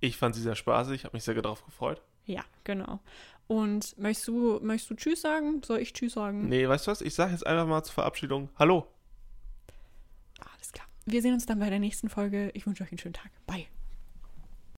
S3: Ich fand sie sehr spaßig, habe mich sehr darauf gefreut.
S2: Ja, genau. Und möchtest du, möchtest du Tschüss sagen? Soll ich Tschüss sagen?
S3: Nee, weißt du was? Ich sage jetzt einfach mal zur Verabschiedung Hallo.
S2: Alles klar. Wir sehen uns dann bei der nächsten Folge. Ich wünsche euch einen schönen Tag. Bye.